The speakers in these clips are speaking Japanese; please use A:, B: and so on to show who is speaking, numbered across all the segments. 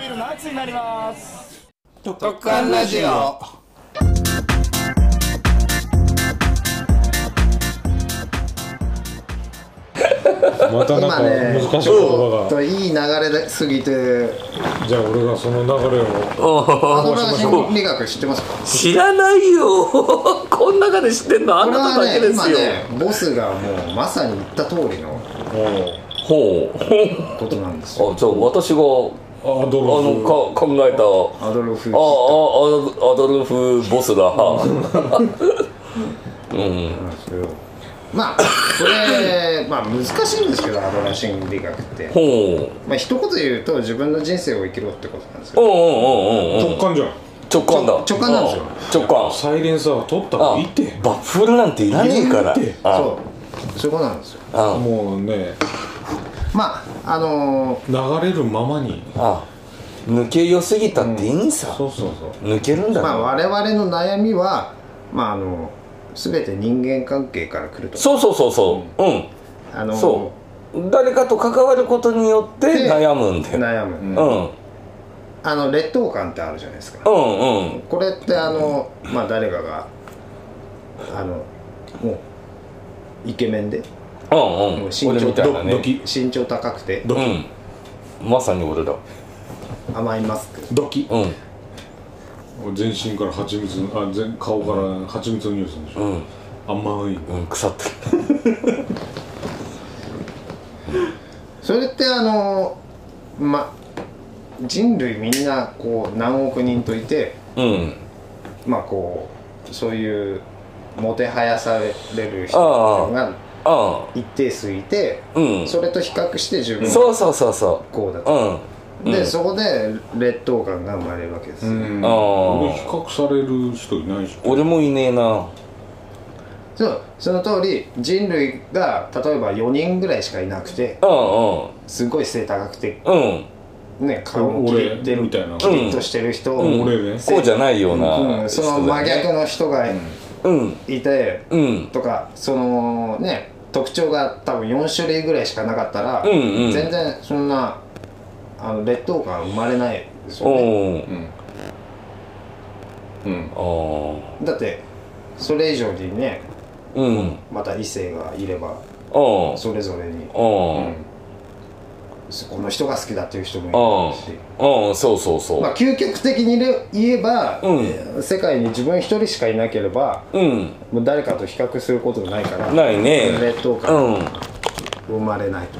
A: ります
B: 特艦ラジオ
C: またなん
B: 今
C: か
B: ね
C: 難しい言
B: ちょっ
C: 葉が、
B: といい流れで過ぎて
C: じゃあ俺がその流れを
A: お
B: アド
A: お
B: ラー心理学知ってますか
A: 知らないよ こん中で知ってんのあ
B: これ
A: な
B: は
A: ただ
B: ね
A: けです
B: 今
A: よ、
B: ねボスがもうまさに言った通りの
C: お
A: ほう
B: ことなんですよ
A: あじゃあ私が
C: う
A: あ
C: アドロ
A: の
C: フ
A: か考えた
B: アドルフ・ヒ
A: ああ
B: ッ
A: あアドルフ・ボスがうん
B: ターですけどまあこれまあ難しいんですけどアドラー心理学って
A: ほう
B: まあ一言で言うと自分の人生を生きろってことなんです
A: う
B: よ
A: んうんうんうんう
C: 直
A: ん
C: 感じゃん
A: 直感だ
B: 直感なんですよ
A: うん直感
C: サイレンサー取ったら
A: あ
C: いいって
A: バッフルなんていらねえから
C: いらねえって
A: あ
B: そうそういうことなんですよ
A: あ
C: もうね
B: まああの
C: 流れるままに
A: あ抜けよすぎたっていいんさ、
C: そうそうそう
A: 抜けるんだ
B: まあ
A: よ、
B: 我々の悩みはまああの全て人間関係から来ると
A: そうそうそうそううん、
B: あの
A: そう誰かと関わることによって
B: で
A: 悩むんだよ、
B: 悩む、
A: うん、うん
B: あの劣等感ってあるじゃないですか
A: うんうん
B: これってあのまあ誰かがあのもうイケメンで
A: うん
B: もう身
A: 俺
B: 長
A: みたいな
C: ドキ
A: ね
B: 身長高くて
C: ドキ
A: うんまさに俺だ
B: 甘いマスク
C: ドキ
A: うん
C: 全身から蜂蜜のあ全顔から蜂蜜の匂いするんでし
A: う
C: ょ
A: ん
C: 甘い
A: うん腐って
B: それってあのま人類みんなこう何億人といて
A: るうん
B: まあこうそういうもてはやされる人が
A: あ
B: 一定数いて
A: あうん
B: それと比較して自分は
A: そうそうそうそ
B: こうだ
A: うう
B: と、
A: んうん
B: でそこで劣等感が生まれるわけですよ、
C: ん
A: あー
C: 俺比較される人いないでしょ
A: 俺もいねえな
B: そうその通り人類が例えば4人ぐらいしかいなくて
A: う
B: すごい背高くて
A: んうんうん
B: ね顔もキリッて
C: 俺
B: る
C: みたいな
B: キリッとしてる人、
A: うん
C: 俺ね
A: こうじゃないような、
B: うんその真逆の人が
A: うん
B: いて、
A: うん
B: とかそのね特徴が多分4種類ぐらいしかなかったら、
A: うんうん
B: 全然そんなあの劣等感は生まれないですよ
A: お
B: ね
A: お
C: うんうん
A: ああ
B: だってそれ以上にね
A: うん
B: また異性がいれば
A: ああ
B: それぞれに
A: あ
B: この人が好きだっていう人もいるし
A: あああそうそうそう、
B: まあ究極的に言えば、
A: うん
B: えー世界に自分一人しかいなければ
A: うん
B: もう誰かと比較することないから
A: ないね
B: 劣等
A: う
B: 感
A: ん
B: 生まれないと、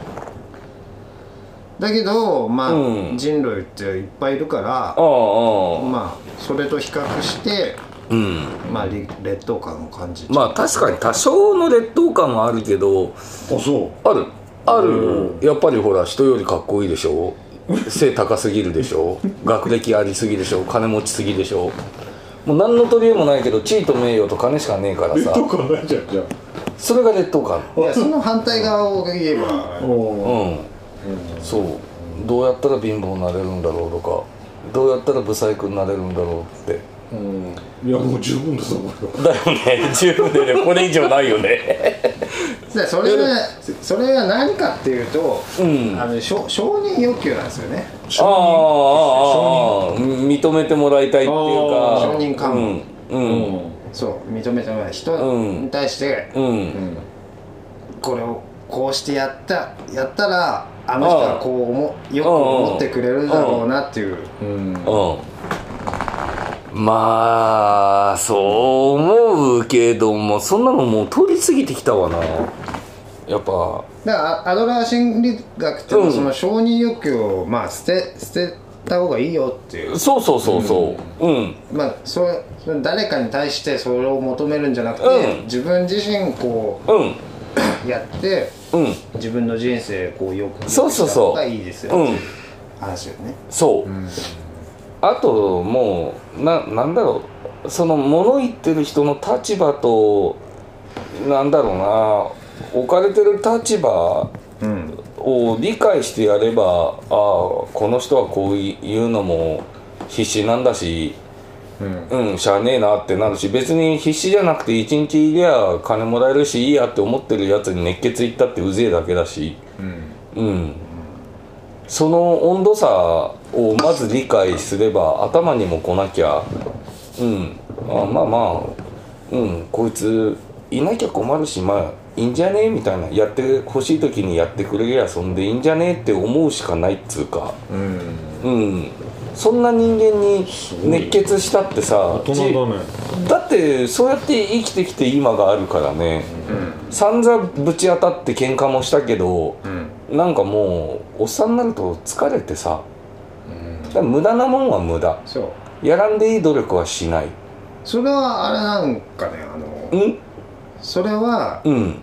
B: だけどまあ、
A: うん
B: 人類っていっぱいいるから
A: ああああ
B: まあそれと比較して、
A: うん
B: まあ、り劣等感を感じる、
A: まあ確かに多少の劣等感はあるけど
C: あそう
A: あるあるやっぱりほら人よりかっこいいでし ょ背高すぎるでしょ学歴ありすぎでしょ金持ちすぎでしょもう何の取り柄もないけど地位と名誉と金しかねえからさ
C: と考えちゃうじゃ
A: それが劣等感
B: いやその反対側を言えば
C: あお
A: うん、そうどうやったら貧乏になれるんだろうとかどうやったら不細工になれるんだろうって
C: うんいやもう十分だぞこれは
A: だよね十分でねこれ以上ないよね
B: でそれがそれが何かっていうと、
A: うん
B: あの承承認欲求なんですよね
A: ああああああ認めてもらいたいっていうか
C: あ
B: ー承認喚問
A: うんうん
B: そう認めてもらう
A: う
B: 人
A: ん
B: に対して、
A: うん
B: これをこうしてやったやったらあの人はこう思うよく思ってくれるだろうなっていう
C: うんうん
A: うんまあそう思うけどもそんなのもう通り過ぎてきたわなやっぱ
B: だからアドラー心理学っていうの
A: う
B: は
A: ん
B: その承認欲求をまあ捨て捨てた方がいいよっていう
A: そうそうそうそううん
B: まあそれそれ誰かに対してそれを求めるんじゃなくて、
A: うん
B: 自分自身こ
A: うん
B: うやって
A: うん
B: 自分の人生こうよく
A: そうそ
B: 良
A: うそう
B: くした方がいいですよ
A: う
B: ってい
A: ん
B: う話よね、
A: そう、あともうななんだろうその物言ってる人の立場となんだろうな置かれてる立場
B: うん、
A: を理解してやればああこの人はこういうのも必死なんだし
C: うん
A: うんしゃあねえなってなるし別に必死じゃなくて一日いりゃ金もらえるしいいやって思ってるやつに熱血いったってうぜえだけだし。
C: うん
A: うん、その温度差をまず理解すれば頭にも来なきゃうんあまあまあうんこいついなきゃ困るしまあいいんじゃねえみたいなやってほしい時にやってくれりゃそんでいいんじゃねえって思うしかないっつうか
C: うん
A: うんそんな人間に
C: い
A: 熱血したってさ
C: 大人だね
A: じだってそうやって生きてきて今があるからね、散々ぶち当たって喧嘩もしたけど
B: うん
A: なんかもうおっさんになると疲れてさだから無駄なもんは無駄
B: そう
A: やらんでいい努力はしない
B: それはあれなんかねあ
A: う
B: の
A: ん
B: それは
A: うん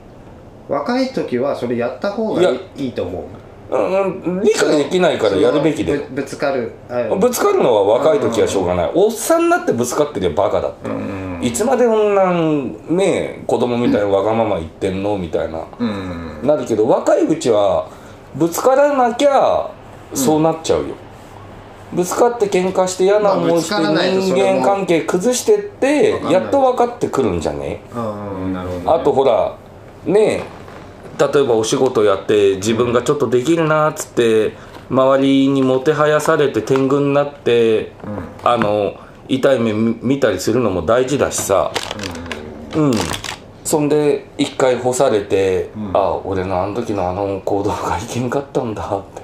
B: 若い時はそれやった方がいいいいと思う
A: うん理解できないからやるべきだよ
B: ぶぶつかるあ
A: ぶつかるのは若い時はしょうがないおっさんになってぶつかってりゃバカだって、
B: うん
A: いつまでこんなんね子供みたいなわがまま言ってんのみたいな
B: うん
A: なるけど若いうちはぶつからなきゃそうなっちゃうよ、ぶつかって喧嘩して嫌な
B: まあ
A: 思い
B: ぶ
A: し
B: つ
A: て
B: からないと
A: 人
B: それも
A: 間関係崩してって
B: わかんない
A: やっと分かってくるんじゃね
B: うんなるほどね
A: あとほらねえ例えばお仕事やって自分がちょっとできるなっつって周りにもてはやされて天狗になって、あの痛い目見見たりするのも大事だしさうん、そんで一回干されて、ああ俺のあの時のあの行動がいけんかったんだって、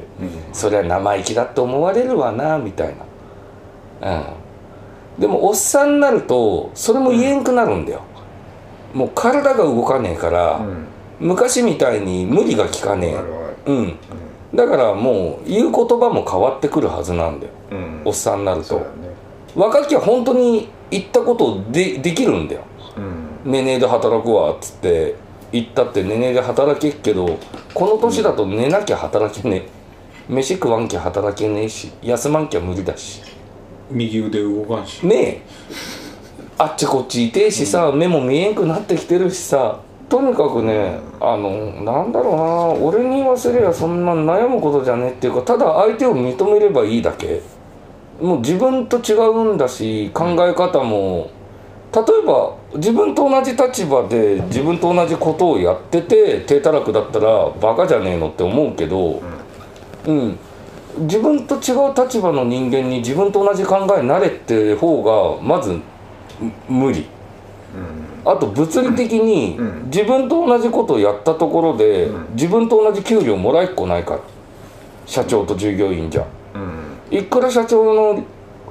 A: そりゃ生意気だって思われるわなみたいなうんでもおっさんになるとそれも言えんくなるんだよ、もう体が動かねえから、
B: うん
A: 昔みたいに無理が効かね
B: なるほ
A: えうんだからもう言う言葉も変わってくるはずなんだよ
B: どうん
A: おっさんになる
B: そう
A: と
B: だね
A: 若きは本当に言ったことをでできるんだよ
B: うん
A: ねねで働くわっつって行ったってねねで働けっけどこの年だと寝なきゃ働けねえ飯食わんきゃ働けねえし休まんきゃ無理だし
C: 右腕動かんし
A: ねえあっちこっちいてえしさ、目も見えんくなってきてるしさとにかくねあのなんだろうな俺に言わせりゃそんな悩むことじゃねえっていうかただ相手を認めればいいだけもう自分と違うんだし考え方も例えば自分と同じ立場で自分と同じことをやってて低たらくだったらバカじゃねえのって思うけどうん自分と違う立場の人間に自分と同じ考えになれって方がまずむ無理あと物理的に
B: うん
A: 自分と同じことをやったところで自分と同じ給料もらえっこないから社長と従業員じゃ
B: うん
A: いくら社長の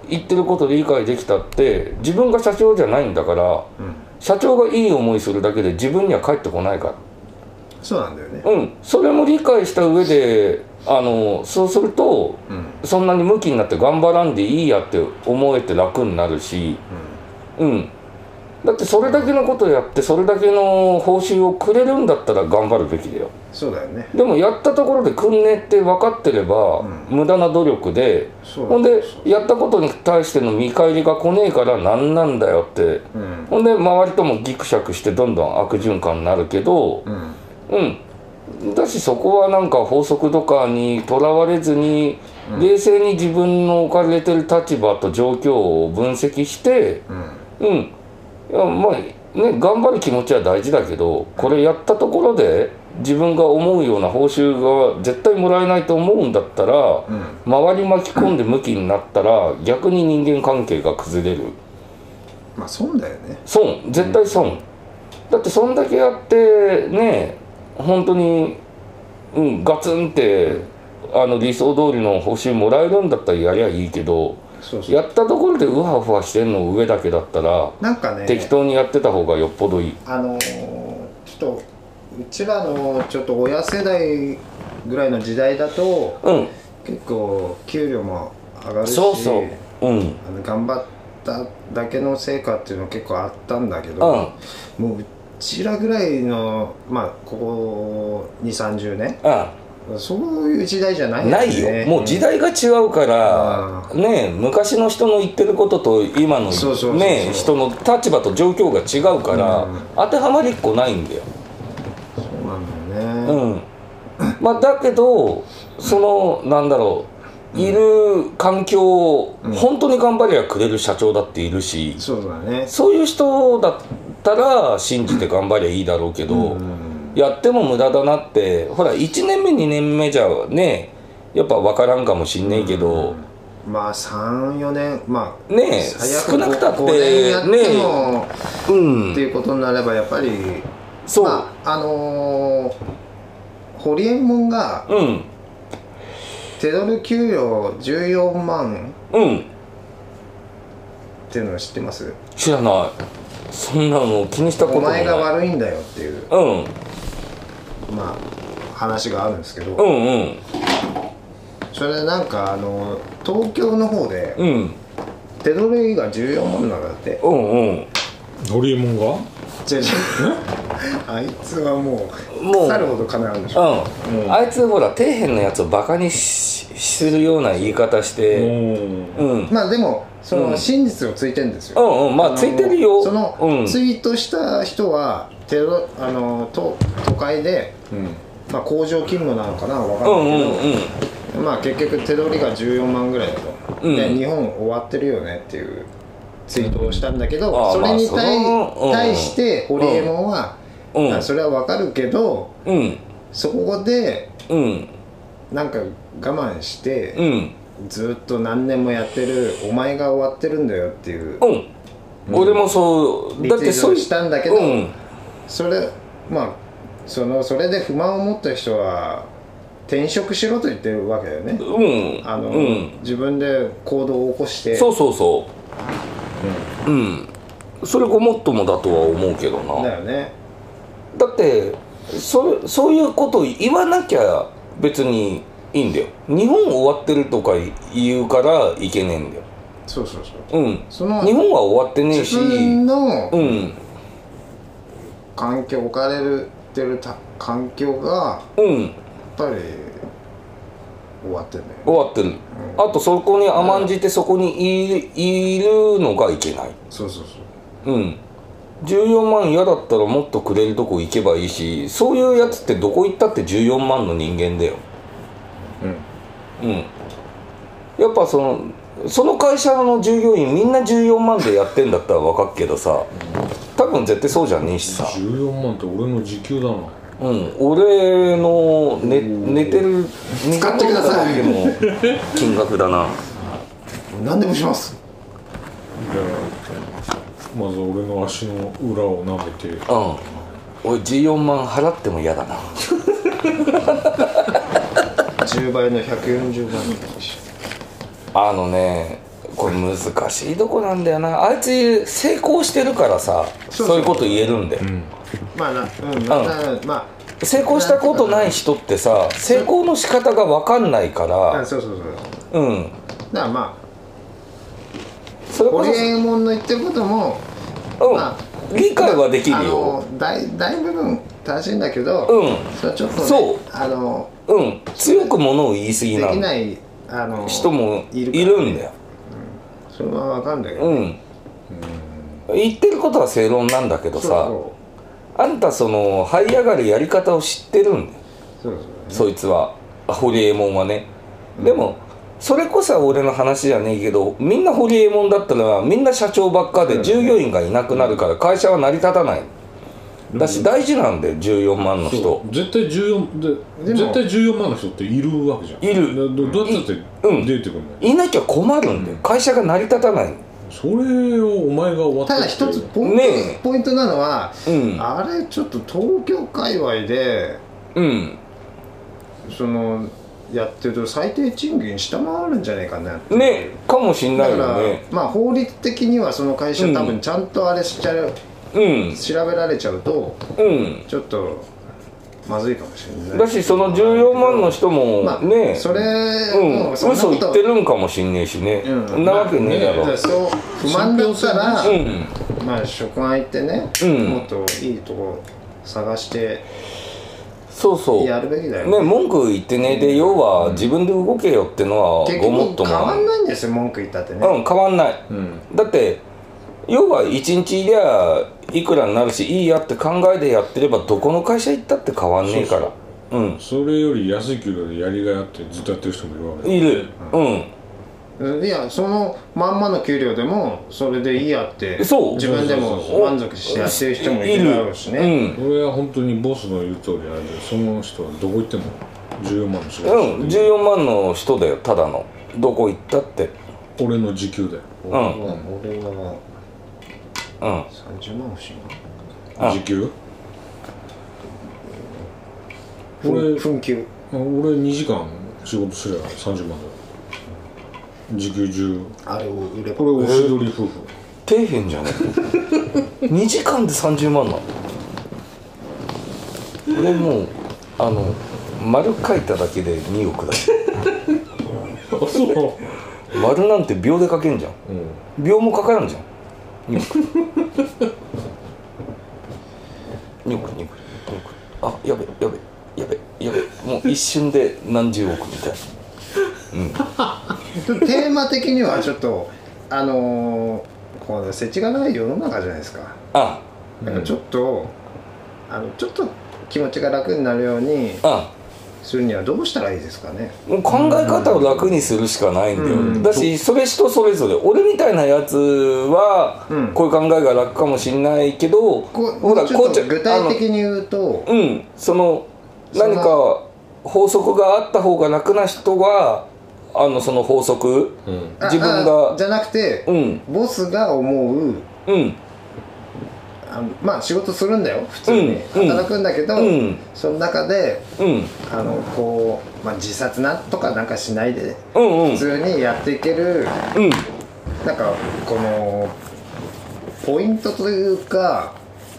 A: 言ってること理解できたって自分が社長じゃないんだから
B: うん
A: 社長がいい思いするだけで自分には返ってこないから
B: そうなんだよね
A: うんそれも理解した上であのそうすると
B: うん
A: そんなにムキになって頑張らんでいいやって思えて楽になるしうんだってそれだけのことやってそれだけの報酬をくれるんだったら頑張るべきだよ
B: そうだよね
A: でもやったところでくんねえって分かってれば、
B: ん
A: 無駄な努力で
B: そうだ
A: ほんでやったことに対しての見返りが来ねえから何なんだよって
B: うん
A: ほんで周りともギクシャクしてどんどん悪循環になるけど
B: うん
A: うん、だしそこはなんか法則とかにとらわれずに、冷静に自分の置かれてる立場と状況を分析して、
B: うん
A: うん、いやまあね頑張る気持ちは大事だけどこれやったところで自分が思うような報酬が絶対もらえないと思うんだったら、
B: うん
A: 周り巻き込んでムキになったら逆に人間関係が崩れる。
B: まあ損だよね
A: 損絶対損、だってそんだけやってね本当にうんガツンってあの理想通りの報酬もらえるんだったらやりゃいいけど
B: そうそう
A: やったところでウハウハしてんの上だけだったら
B: なんかね
A: 適当にやってた方がよっぽどいい
B: あのーちょっとうちらのちょっと親世代ぐらいの時代だと
A: うん
B: 結構給料も上がるし
A: そうそううん
B: あの頑張っただけの成果っていうのは結構あったんだけど、もううちらぐらいのまあここ2 3 0年
A: あ
B: そういう時代じゃない
A: ないよ、もう時代が違うから、
B: う
A: ね昔の人の言ってることと今の
B: そうそうそうそう
A: ね人の立場と状況が違うから、
B: うん
A: 当てはまりっこないんだよ
B: そうなんだよね、
A: うん、まあだけどそのなんだろういる環境を本当に頑張りゃくれる社長だっているし
B: そうだね
A: そういう人だったら信じて頑張りゃいいだろうけど、
B: うん
A: やっても無駄だなってほら1年目2年目じゃねやっぱ分からんかもしんねえけど、
B: まあ34年まあ
A: ねえ
B: 最悪
A: 少なくたって
B: 5年やっても、
A: うん
B: っていうことになればやっぱり
A: そう、
B: まああのー、堀エモ門が
A: うん
B: 手取り給料14万
A: うん
B: っていうの知ってます
A: 知らないそんなの気にしたこと
B: お
A: もな
B: 前
A: い
B: が悪いんだよっていう
A: うん
B: まあ話があるんですけど、
A: うんうん
B: それでなんかあの東京の方で
A: うん
B: 手取りが14万なんだって
A: うんうん
C: ホリエモンが
B: 違う違う あいつはもう
A: もう
B: 腐るほど金あるんでしょ
A: うん、あいつほら底辺のやつをバカにしするような言い方して
C: う
A: うん、うん
B: まあでもそうの
A: ん
B: 真実をついてるんです
A: う
B: よ、
A: んまあ
B: の
A: ついてるよ
B: その、
A: うん、
B: ツイートした人はテロあのと都会で、
C: ん
B: まあ、工場勤務なのかなわか
A: う
B: ん
A: んう
B: ないけど、
A: んうん
B: まあ結局手取りが14万ぐらいだと、
A: うん
B: で日本終わってるよねっていうツイートをしたんだけど、
A: ああ
B: それに
A: まあ
B: 対,、
A: そのうん
B: 対してホリエモンは、
A: うん
B: あそれはわかるけど
A: うん
B: そこで
A: うん
B: なんか我慢して、
A: うん
B: ずっと何年もやってるお前が終わってるんだよっていう
A: うん俺もそう
B: リ
A: だっ
B: ツイ
A: て
B: ー
A: そう
B: ト
A: い
B: したんだけど、
A: うん
B: それまあそのそれで不満を持った人は転職しろと言ってるわけだよね
A: うん
B: あの、
A: うん
B: 自分で行動を起こして
A: そうそうそううん、それごもっともだとは思うけどな
B: だよね
A: だってそそういうこと言わなきゃ別にいいんだよ日本終わってるとか言うからいけねえんだよ
B: そうそうそう
A: うん
B: その
A: 日本は終わってねえし
B: 自
A: う
B: 分
A: ん
B: の
A: うん
B: 環境置かれるてるた環境が
A: 終
B: やっぱり終わってんだよ
A: わってるあとそこに甘んじてそこにいるいるのがいけない
B: そうそうそう
A: うん14万嫌だったらもっとくれるとこ行けばいいしそういうやつってどこ行ったって14万の人間だようんやっぱそのその会社の従業員みんな14万でやってんだったら分かっけどさ多分絶対そうじゃねえしさ
C: 14万って俺の時給だな
A: うん俺の寝寝てる寝
B: 使ってください
A: でも金額だな
B: 何でもします
C: まず俺の足の裏を舐めて
A: うん俺14万払っても嫌だな
B: 10倍の140倍の
A: あのねこれ難しいとこなんだよなあいつ成功してるからさ
B: そうそう
A: そういうこと言えるんだよ、
B: まあなうんななま
A: 成功したことない人ってさ成功の仕方が分かんないか
B: ああ
A: ら
B: そうそうそう
A: うん
B: だからまあ
A: それ
B: ホ
A: こ
B: リエモンの言ってることも
A: そ、
B: ま
A: うん、理解はできるよ
B: あの大大部分正しいんだけど、
A: うん
B: それはちょっと、ね、
A: そう
B: あの
A: うん強くものを言い過ぎ
B: で
A: な
B: きないあの
A: 人もい
B: い
A: る
B: る
A: んだ
B: から
A: よ
B: それはわかんないけど、
A: うん言ってることは正論なんだけど
B: そう
A: さ
B: そ
A: あんたその這い上がるやり方を知ってるんだよ
B: うそうそう
A: そいつはあホリエモンはねでも、それこそは俺の話じゃねえけどみんなホリエモンだったらみんな社長ばっかで従業員がいなくなるから会社は成り立たないだし大事なんだよ14万の人
C: そう絶対14で
B: でも
C: 絶対14万の人っているわけじゃん
A: いる
C: だどどうやったって
A: うん
C: 出てくるんだよ、
A: いなきゃ困るんだよ会社が成り立たない
C: それをお前が終わった
B: ただ
C: って
B: 一つポイント,、
A: ねえ
B: ポイントなのは、
A: うん
B: あれちょっと東京界隈で
A: うん
B: そのやってると最低賃金下回るんじゃないかなっていう
A: ねかもしんない
B: だから、
A: よね
B: まあ法律的にはその会社、
A: うん
B: 多分ちゃんとあれしちゃう
A: うん
B: 調べられちゃうと
A: うん
B: ちょっとまずいかもしれない
A: だしその14万の人も
B: まあ
A: ね、
B: それ、
A: うん、
B: もそんなこと
A: 嘘言ってるんかもしんねえしね、
B: うん
A: ん、なわけねえだ
B: だから
A: ろ
B: そう不満だったら、
A: うん
B: まあ職場行ってね、
A: うん
B: もっといいとこ探して
A: そうそう
B: やるべきだよ
A: ね、文句言ってねで要は自分で動けよってのは
B: 結
A: ごもっと
B: 局
A: も
B: 変わんないんですよ文句言ったってね、
A: うん変わんない
C: うん
A: だって要は一日いりゃいくらになるしいいやって考えでやってればどこの会社行ったって変わんねえから
C: そううそれより安い給料でやりがいあってずっとやってる人もいるわけ
A: んいるうん
B: うんいやそのまんまの給料でもそれでいいやって
A: そう
B: 自分でも
C: そうそう
A: そう
B: 満足してやってる人もいるだろうしね
A: うん
C: 俺は本当にボスの言う通りあれでその人はどこ行っても14万の仕事
A: うん、14万の人だよただのどこ行ったって
C: 俺の時給で
B: 俺は
A: うん
B: 俺は
A: うん
B: 30万欲しい
A: あ
C: 時給
B: な
C: 俺
B: ふん紛糾
C: 俺2時間仕事すれば30万だよ時給10
B: あれを売れば
C: これおしどり夫婦
A: 底辺じゃね2時間で30万なの俺もうあの丸書いただけで2億だし
C: あそう
A: 丸なんて秒で書けんじゃん
C: うん
A: 秒もかからんじゃん2億2億2億2億あやべやべやべやべもう一瞬で何十億みたいな
B: ちょっとテーマ的にはちょっとあのー、こう世知がない世の中じゃないですか
A: あ
B: だからちょっと、あのちょっと気持ちが楽になるように
A: あ
B: するにはどうしたらいいですかね
A: もう考え方を楽にするしかないんだよ、
B: うん
A: だしそれ人それぞれ俺みたいなやつは
B: うん
A: こういう考えが楽かもしんないけど、
B: こ
A: ほら
B: うちょっ
A: ちゃ
B: と
A: ん
B: 具体的に言うと
A: あのうんその
B: そん
A: 何
B: な
A: か法則があった方が楽な人はあのその法則
C: うん
B: あ
A: 自分が
B: あじゃなくて、
A: うん
B: ボスが思う
A: うん
B: あのまあ仕事するんだよ普通に、
A: うんうん
B: 働くんだけど、
A: うん
B: その中で
A: うん
B: あのこう、まあ、自殺なとかなんかしないで
A: うんうん
B: 普通にやっていける
A: うん
B: なんかこのポイントというか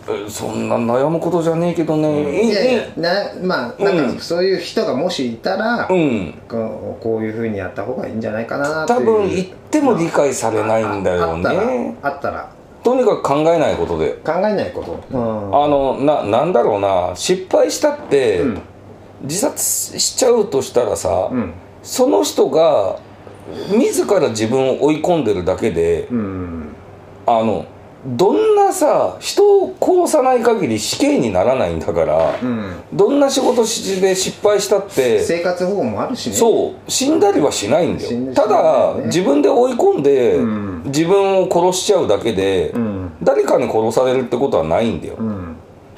A: えそんな悩むことじゃねえけどねい
B: い
A: い
B: やいやなまあなんかそういう人がもしいたら、
A: うん
B: こうこういうふうにやった方がいいんじゃないかなってい
A: 多
B: う
A: 分言っても理解されないんだよね
B: ああったらあっ
A: とにかく考えないことで
B: たら考えないこと、うん
A: あのななんだろうな失敗したって、
B: うん
A: 自殺しちゃうとしたらさ、
B: うん
A: その人が自ら自分を追い込んでるだけで
B: うん
A: あのどんなさ人を殺さない限り死刑にならないんだから、
B: うん
A: どんな仕事しで失敗したって
B: 生活保護もあるしね
A: そう死んだりはしないんだ
B: 死ん
A: よ
B: で
A: た
B: しまうん
A: だ
B: だよね
A: 自分で追い込んで、
B: うん
A: 自分を殺しちゃうだけで、
B: うん
A: 誰かに殺されるってことはないんだよ
B: うん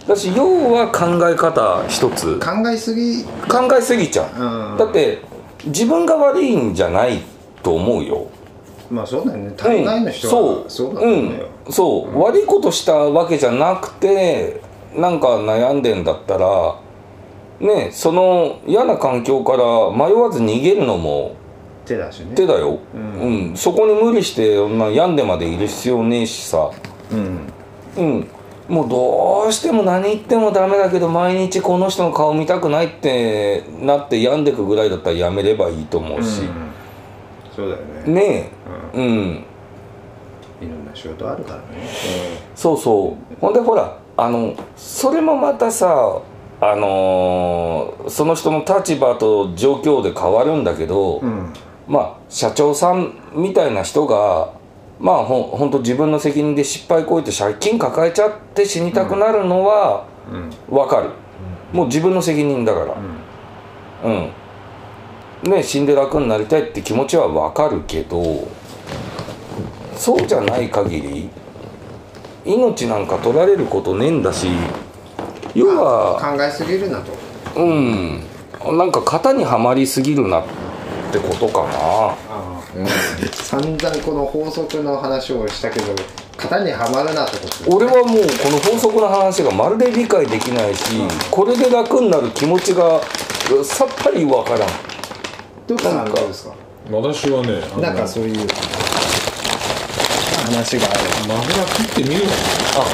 A: だし要は考え方一つ
B: 考えすぎ
A: 考えすぎちゃう、
B: うん
A: だって自分が悪いんじゃないと思うよ
B: まあそうだよね大概の人
A: そ
B: は
A: う
B: そうだと思うんだよ、
A: うんそう、悪いことしたわけじゃなくてなんか悩んでんだったらねその嫌な環境から迷わず逃げるのも
B: 手だしね
A: 手だよ、う
B: うんん
A: そこに無理してそんな病んでまでいる必要ねえしさ
B: うん
A: うんもうどうしても何言ってもダメだけど毎日この人の顔見たくないってなって病んでくぐらいだったらやめればいいと思うし、
B: そうだよね
A: ねえうん
B: いろんな仕事あるからね
A: そうそうほんでほらあのそれもまたさあのーその人の立場と状況で変わるんだけど、
B: うん
A: まあ社長さんみたいな人がまあほんほんと自分の責任で失敗こいて借金抱えちゃって死にたくなるのは
B: うん
A: わかる、もう自分の責任だから
B: うん
A: うん、ね死んで楽になりたいって気持ちはわかるけどそうじゃない限り命なんか取られることねえんだし要は
B: 考えすぎるなと
A: うんなんか型にはまりすぎるなってことかな
B: ああ、散々この法則の話をしたけど型にはまるなってこと
A: 俺はもうこの法則の話がまるで理解できないし、これで楽になる気持ちがうさっぱりわからん
B: どうかどうですか
C: 私はねあの
B: なんかそういう話がある
C: マフラー切ってみよう
A: あ
C: マ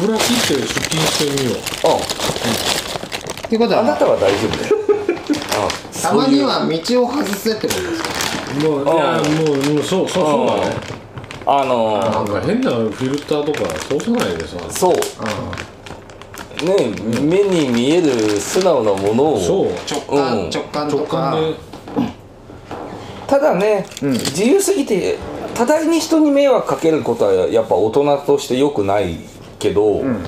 C: フラー切って出勤してみよう
A: そう
B: っていうこと
A: ああな
B: は
A: たは大丈夫だよ
B: たまには道を外せってことですか
C: もういやもうもうそうそうそうだね
A: あのー
C: なんか変なフィルターとか通さないでさ
A: そうね目に見える素直なもの
C: そ
A: を
C: う
B: 直感、
A: うん
B: 直感と
C: 直
B: か
C: 感で
A: ただね、自由すぎて多大に人に迷惑かけることはやっぱ大人として良くないけど、
B: ん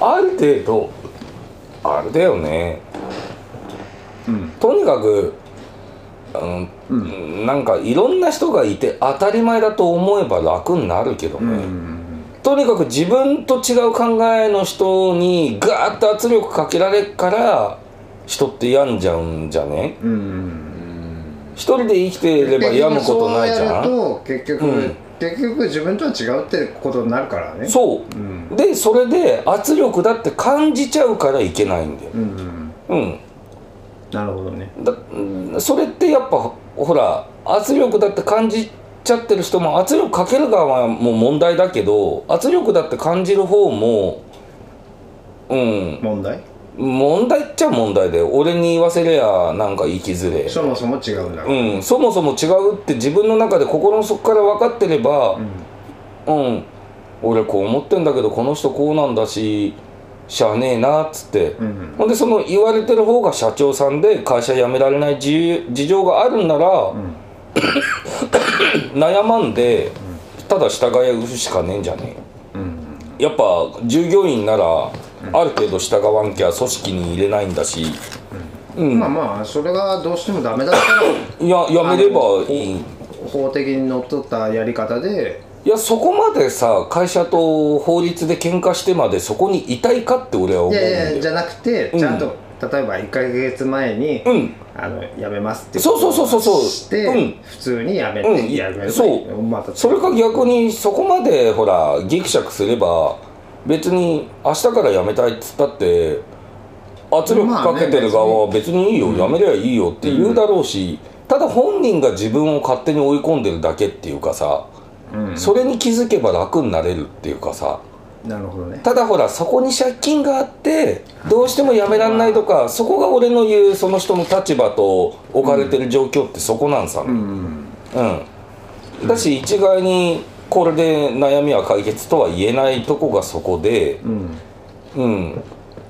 A: ある程度あれだよね、
B: ん
A: とにかくあの、なんかいろんな人がいて当たり前だと思えば楽になるけどね、とにかく自分と違う考えの人にガーッと圧力かけられっから人って病んじゃうんじゃね
B: うん
A: 一人で生きていれば病むことないじゃ
B: 結局そうや
A: ん
B: ると結局、
A: うん
B: 結局自分とは違うってことになるからね
A: そう、
B: ん
A: でそれで圧力だって感じちゃうからいけないんだよ
B: う、んうん
A: うん、
B: なるほどね
A: だうんそれってやっぱほほら圧力だって感じちゃってる人も圧力かける側も問題だけど圧力だって感じる方もうん
B: 問題
A: 問題っちゃ問題で俺に言わせりゃなんか生きづれ
B: そもそも違うんだから
A: うん、そもそも違うって自分の中で心の底から分かってれば
B: うん
A: うん、俺こう思ってんだけどこの人こうなんだししゃあねえなっつって、
B: うん
A: ほんでその言われてる方が社長さんで会社辞められない自由事情があるんなら、
B: ん
A: 悩まんでただ従うしかねえんじゃね
B: うん
A: えやっぱ従業員ならある程度従わんきゃ組織に入れないんだし、うん
B: まあまあそれがどうしてもダメだったら
A: いや辞めればいい
B: 法的にのっとったやり方で
A: いやそこまでさ会社と法律で喧嘩してまでそこにいたいかって俺は思うん
B: い
A: だ
B: やい
A: よ
B: やじゃなくて
A: ん
B: ちゃんと、例えば1か月前に、
A: うん
B: あのやめますって
A: そうそうそうそうそう
B: して、
A: うん
B: 普通にやめて、
A: うん
B: やめれば
A: そう
B: また
A: それか逆にそこまでほらギクシャクすれば別に明日から辞めたいっつったって圧力かけてる側は別にいいよ、辞めりゃいいよって言うだろうし、ただ本人が自分を勝手に追い込んでるだけっていうかさ、
B: うん
A: それに気づけば楽になれるっていうかさ
B: なるほどね
A: ただほらそこに借金があってどうしても辞めらんないとかそこが俺の言うその人の立場と置かれてる状況ってそこなんさ、
B: うん
A: うん、だし一概にこれで悩みは解決とは言えないとこがそこで、
B: うん
A: うん、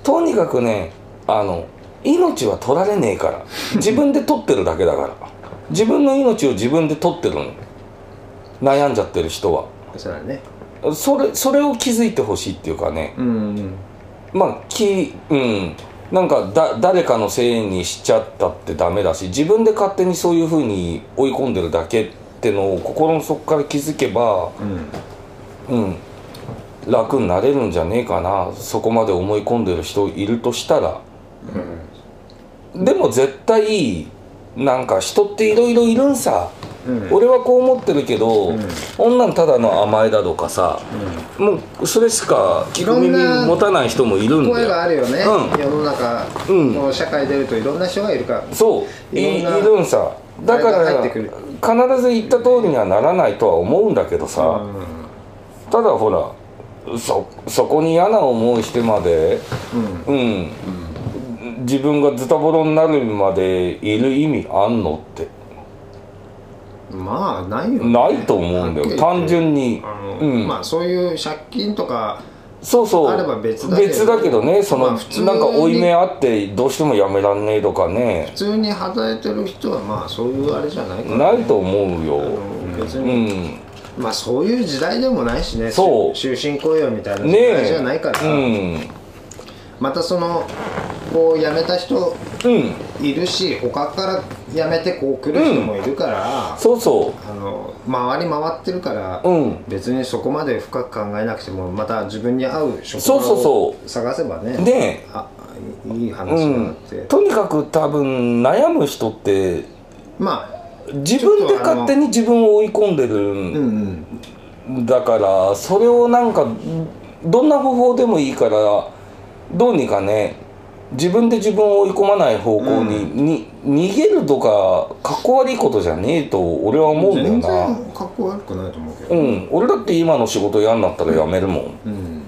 A: とにかくねあの命は取られねえから自分で取ってるだけだから自分の命を自分で取ってるの悩んじゃってる人は
B: そうだね
A: それそれを気づいてほしいっていうかね
B: うんうん
A: まあきうんなんかだ誰かのせいにしちゃったってダメだし自分で勝手にそういうふうに追い込んでるだけってのを心の底から気づけばうん楽になれるんじゃねえかなそこまで思い込んでる人いるとしたら、でも絶対なんか人っていろいろいるんさ、
B: うん
A: 俺はこう思ってるけど、
B: ん
A: 女のただの甘えだとかさ、もうそれしか聞く
B: いろ
A: 耳
B: んな
A: 持たない人もいるんだよ
B: 声があるよね、
A: うん
B: 世の中
A: うん
B: の社会出るといろんな人がいるから
A: そういい
B: いろんな
A: るんさだか
B: あれ
A: ら
B: が入って
A: 必
B: くる
A: ず言った通りにはならないとは思うんだけどさ、ただほらそそこに嫌な思いしてまで
B: うん
A: うん、自分がズタボロになるまでいる意味あんのって
B: まあないよね
A: ないと思うんだ
B: はっきり言
A: よ
B: って
A: 単純に
B: あの、
A: うん
B: まあそういう借金とか
A: そうそう
B: あれば別だけど
A: けどねその、
B: まあ普通に
A: なんか負い目あってどうしてもやめらんねえとかね
B: 普通に働いてる人はまあそういうあれじゃないから、ね、
A: ないと思うよ
B: うん別
A: う
B: に、
A: ん
B: まあそういう時代でもないしね
A: そう
B: 終身雇用みたいな時
A: ね
B: 代じ
A: え
B: ゃないから、
A: うん
B: またそのこう辞めた人
A: うん
B: いるし他から辞めてこう来る人もいるから、
A: そうそ
B: あの回り回ってるから、
A: ううん
B: 別にそこまで深く考えなくてもまた自分に合う職場
A: そうそう
B: を
A: そ
B: 探せばね
A: ねえ
B: あいい話
A: う
B: だなっ
A: ん
B: て、、
A: とにかく多分悩む人って
B: まあ
A: 自分で勝手に自分を追い込んで
B: う
A: る
B: んうん
A: んだからそれをなんかどんな方法でもいいからどうにかね自分で自分を追い込まない方向に,、に逃げるとかかっこ悪いことじゃねえと俺は思うんだよ
B: 全然
A: な
B: かっこ悪くないと思うけ
A: う
B: ど、
A: ん俺だって今の仕事嫌になったら辞めるもん、
B: うん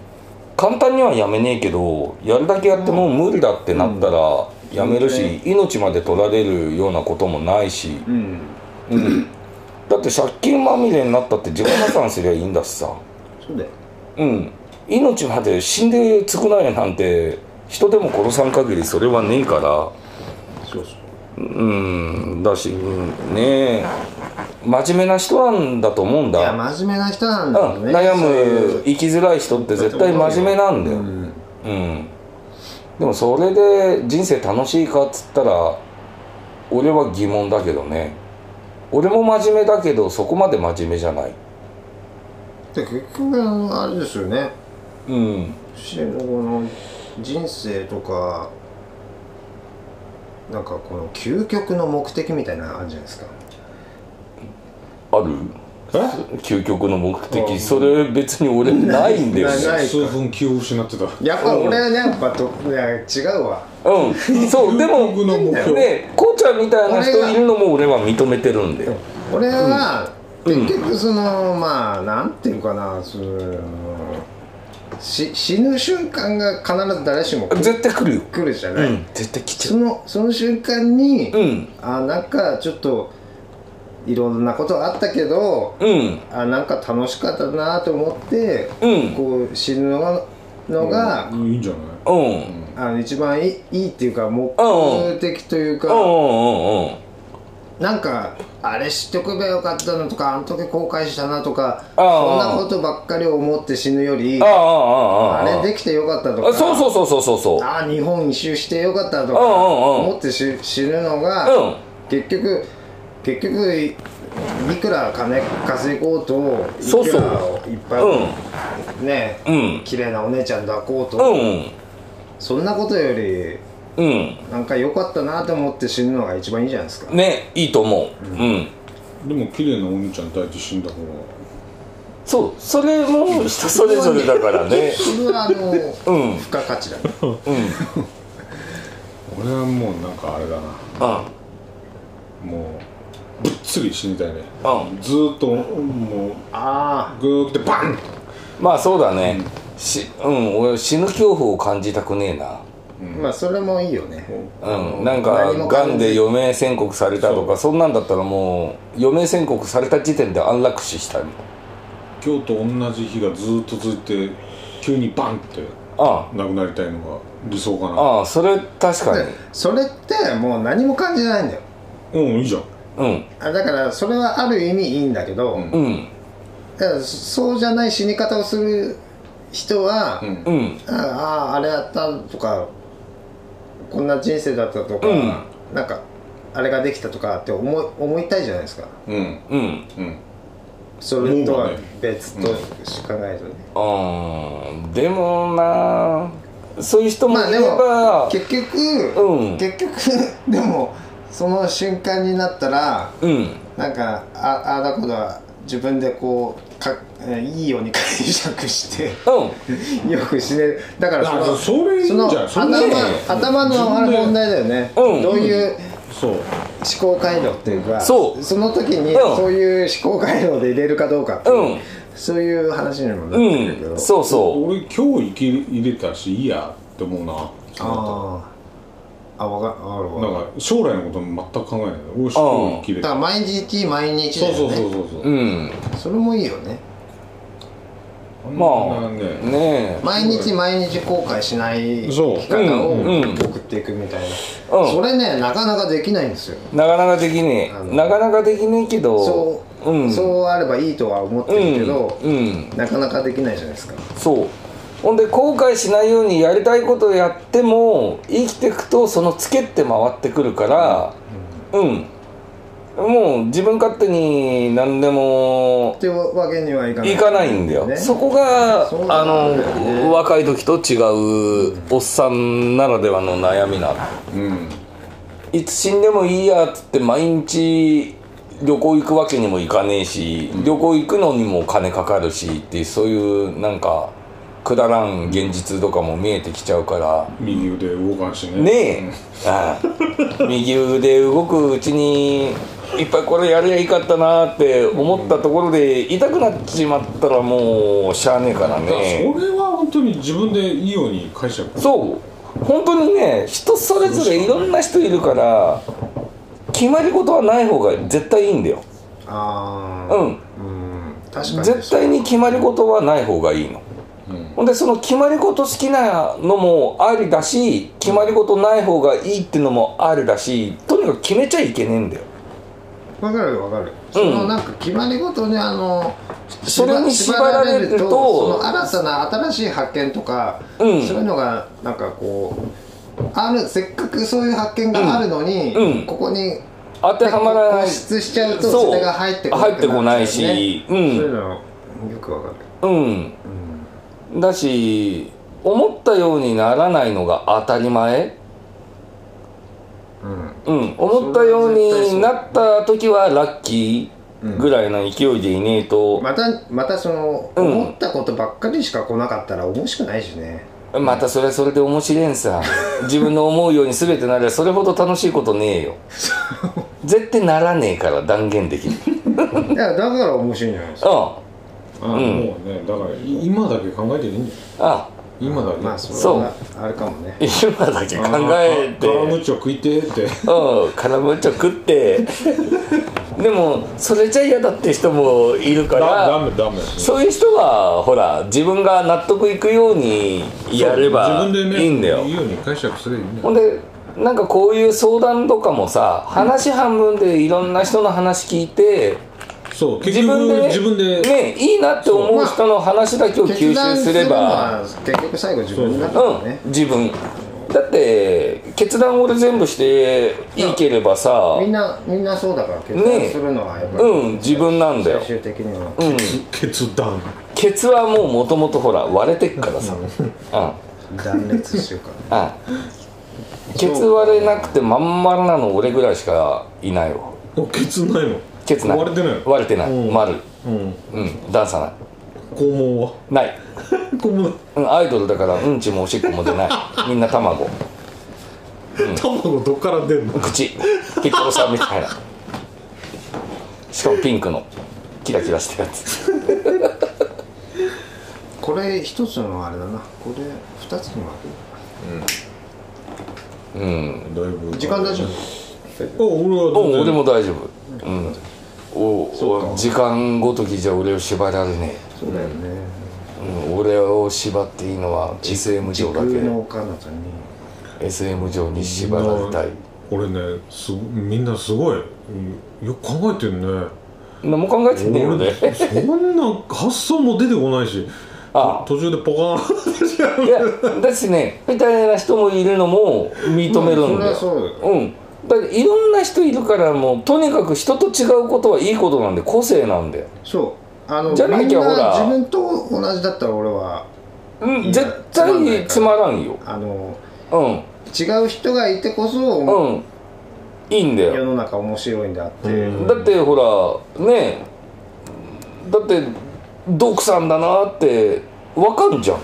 A: 簡単にはやめねえけどやるだけやってもう無理だってなったらやめるし、命まで取られるようなこともないし、
B: うん、
A: うん、だって借金まみれになったって自己破産すりゃいいんだしさ、
B: そうだよ
A: うん、命まで死んで償えなんて人でも殺さん限りそれはねえから。
B: そうそう
A: うんだし、うんねえ真面目な人なんだと思うん
B: い
A: だ
B: や真面目な人なんだ
A: う
B: よ
A: ん
B: ね、
A: 悩
B: そう
A: む
B: いう
A: 生きづらい人って絶対真面目なんだよ、
B: うん
A: うんでもそれで人生楽しいかっつったら俺は疑問だけどね俺も真面目だけどそこまで真面目じゃない
B: で結局あのあれですよね
A: うん
B: しこの人生とかなんかこの究極の目的みたいなのあるじゃないですか
A: ある究極の目的それ別に俺ないんだよね
B: ない
C: 数分気を失ってた
B: やっぱ俺はねやっぱどいや違うわ
A: うんそうで
C: 究
A: も
C: 極の目標
A: ねこうちゃんみたいな人いるのも俺は認めてるんだよ
B: 俺は、
A: うん
B: 結局そのまあなんていうかなそのし死ぬ瞬間が必ず誰しも来
A: 絶対来るよ
B: るじゃ
A: う
B: ない、
A: ん絶対来ちゃ
B: そのその瞬間に、
A: ううん
B: あなんかちょっといろんなことあったけど
A: うん
B: あなんか楽しかったなと思って、
A: うん
B: こう死ぬのがのが、
C: うんいいんじゃない
A: うん
B: あの一番いいいいっていうか目的という
A: うんう
B: か、
A: んうんうん
B: なんかあれ知っとけばよかったなとかあの時後悔したなとかそん
A: ああ
B: なことばっかり思って死ぬより
A: ああ
B: あ
A: あああああ
B: れできてよかったとか
A: あそうそうそうそうそうそう
B: ああ日本一周してよかったとか
A: うんうんうん
B: 思ってし死ぬのが、
A: うん
B: 結局結局いいくら金稼ごうとい
A: そう
B: く
A: そう
B: らいっぱいね
A: うん
B: 綺麗なお姉ちゃん抱こうと、
A: うん
B: そんなことより
A: うん
B: なんか良かったなと思って死ぬのが一番いいじゃないですか
A: ねいいと思ううん
C: でも綺麗なお兄ちゃん抱いて死んだ方が
A: そうそれも人それぞれだからね
B: それはあの、
A: うん
B: 付加価値だね
A: うん
C: 俺はもうなんかあれだな
A: あ
C: もうぶっつり死にたいね
A: う
C: ずーっともう
B: あ
C: グーってバン
A: まあそうだね、しうん俺死ぬ恐怖を感じたくねえな
B: あまあそれもいいよね
A: うん、なんか
B: 何も感
A: が
B: じ
A: んで余命宣告されたとかそんなんだったらもう余命宣告された時点で安楽死したいもん
C: 今日と同じ日がずーっと続いて急にバンって
A: あ
C: なくなりたいのが理想か
A: あ
C: な
A: ああそれ確かに
B: でそれってもう何も感じないんだよ
C: うんいいじゃん
A: うん
B: あだからそれはある意味いいんだけど、
C: ん
A: うん
B: だからそうじゃない死に方をする人は、
C: うん
A: うん
B: ああーあれやったとかこんな人生だったとか、
A: うん
B: なんかあれができたとかって思い思いたいじゃないですか
C: うん
A: うん
C: うん
B: それとは
C: もうね
B: 別としかないとね、
A: あーでもなそういう人もい
B: まあ
A: れ
B: で
A: ば、
B: も結局、
A: うん
B: 結局 でもその瞬間になったら
A: うん
B: なんかあああだこだ自分でこうかえーいいように解釈して
A: うん
B: よく死ねるだからその
C: あそれいい
B: そ
C: ん
B: の
C: じゃんそれ
B: 頭
C: いいね
B: 頭のあれ問題だよね、
A: うん
B: どういう
C: そう
B: 思考回路っていうか
A: そう
B: の時に
A: うん
B: そういう思考回路で入れるかどうかっていう、
A: うん
B: そういう話にもなってくるけど、
A: うんそうそ
C: 俺今日生き入れたしいいやって思うな
B: あああわかわかるわか
C: な
B: る
C: んか将来のこと全く考えない俺今日生きれ
B: だか
C: た
B: ら毎日毎日だ
C: そう
B: よね
C: そうそうそう
A: う
C: そう
A: うん
B: それもいいよね
C: あん
A: ま
C: な
A: あ
C: ね
A: ねえ
B: 毎日毎日後悔しない
C: そう
B: 生き方を
A: うんうん
B: 送っていくみたいな、
A: うん
B: それねなかなかできないんですよ
A: なかなかできね
B: あ
A: え
B: の
A: なかなかできねえけど
B: そう、
A: ん
B: そうあればいいとは思ってるけど、
A: うんうん
B: なかなかできないじゃないですか
A: そうほんで後悔しないようにやりたいことをやっても生きていくとそのつけって回ってくるからうん、もう自分勝手に何でも
B: ってわけにはいかない
A: いかないんだよ、
B: ね
A: そこが
B: そう
A: あ
B: なんだよね
A: の若い時と違うおっさんならではの悩みなの
C: うん
A: いつ死んでもいいやっつって毎日旅行行くわけにもいかねえし、旅行行くのにも金かかるしっていうそういうなんかくだらん現実とかも見えてきちゃうから
C: 右腕動かんしね
A: ねえ、ああ右腕動くうちにいっぱいこれやりゃいいかったなって思ったところで痛くなっちまったらもうしゃあねえから
C: だからそ
A: ね
C: れは本当に自分でいいように解釈
A: そう本当にね人それぞれいろんな人いるから決まり事はない方が絶対いいんだよ
B: あ
A: う
B: あ
A: ん
B: うん確かに
A: 絶対に決まり事はない方がいいの、ほんでその決まり事好きなのもありだし決まり事ない方がいいってのもありだしとにかく決めちゃいけねえんだよ
B: わかるわかる、そのなんか決まりごとにあの
A: それに縛られると
B: その新たな新しい発見とか、
A: うん
B: そういうのがなんかこうあるせっかくそういう発見があるのに、
A: うん
B: ここに
A: 当てはまらない
B: 固執しちゃうと
A: そう
B: それが入ってこ
A: 入ってこないし
B: なっちゃうね
A: うん
B: そういうのよくわかる
A: うん、だし思ったようにならないのが当たり前うん、思ったよう
B: それは絶対そ
A: に
B: う
A: なった時はラッキーぐらいの勢いでいねえと、
B: またまたその、
A: うん
B: 思ったことばっかりしか来なかったら面白くないしね
A: またそれはそれで面白え んさ自分の思うように全てなりゃそれほど楽しいことねえよ絶対ならねえから断言できる
B: いやだから面白いんじゃない ですか
A: うん
C: あもうねだからい今だけ考えてねえんだよ
A: あ
C: 今だけ
B: まあ
C: カ
B: それはあるかもね
A: 今だけ考えて
C: ラムッチョ食いてえって
A: うん絡むちょ食ってでもそれじゃ嫌だって人もいるか
C: ダ
A: ら
C: メダメ
A: そういう人はほら自分が納得いくようにやれば
C: そう自分でね
A: いいんだよ、
C: いいように解釈すればいいんだ
A: ほ
C: よ
A: んでなんかこういう相談とかもさ話半分でいろんな人の話聞いて
C: そう結
A: 自分
C: 局
A: で
C: 自分で
A: ねいいなって思う人の話だけを吸収すれ
B: の
A: ば
B: は結局最後自分だからね
A: うん自分だって決断を俺全部していいければさ
B: みんなみんなそうだから決
A: ね
B: 断するのはやっぱり、
A: うん自分なんだよ
B: 最終的には、
A: うん
C: 決断
A: ケツはもうもともとほら割れてっからさうん
B: 断裂してるから
A: うんケツ割れなくてまん丸なの俺ぐらいしかいないわ
C: おケツないの
A: ケツない
C: 割れてないの
A: 割れてない
C: うん
A: 丸
C: うん
A: うん段差ない
C: 肛門は
A: ない
C: 肛門
A: うん、アイドルだからうんちもおしっこも出 ないみんな卵
C: 卵どっから出んの
A: 口ピッコロさんみたいなしかもピンクのキラキラしたやつ
B: これ一つのあれだなこれ二つに分け
A: うん
C: だいぶ
B: る時間大丈夫
C: あ俺は
A: お
C: 全然
A: 俺も大丈夫うんお時間ごときじゃ俺を縛られね
B: そうだよね
A: え、うん、俺を縛っていいのは SM
B: 時
A: 上
B: 空
A: だけ
B: の彼方に
A: SM 上に縛られたい
C: 俺ねすごみんなすごい、うんよく考えてるね
A: 何も考えてねえよね
C: 俺そんな発想も出てこないし
A: あ
C: 途中でポカーン
A: いやだしねみたいな人もいるのも認めるんだ
B: ま
A: よ、
B: あそれはそうだよ
A: うんだからいろんな人いるからもうとにかく人と違うことはいいことなんで個性なんだよ、
B: そうあの
A: じゃなきゃ
B: みん
A: ほら
B: 自分と同じだったら俺は
A: うん、
B: や
A: 絶
B: つまんないか
A: 対
B: ら
A: つまらんよ
B: あの
A: うん
B: 違う人がいてこそ、
A: うんいいんだ
B: 世
A: よ
B: の中面白いんであって、
C: うん
A: だってほらねえだってドクさんだなってわかるじゃんああ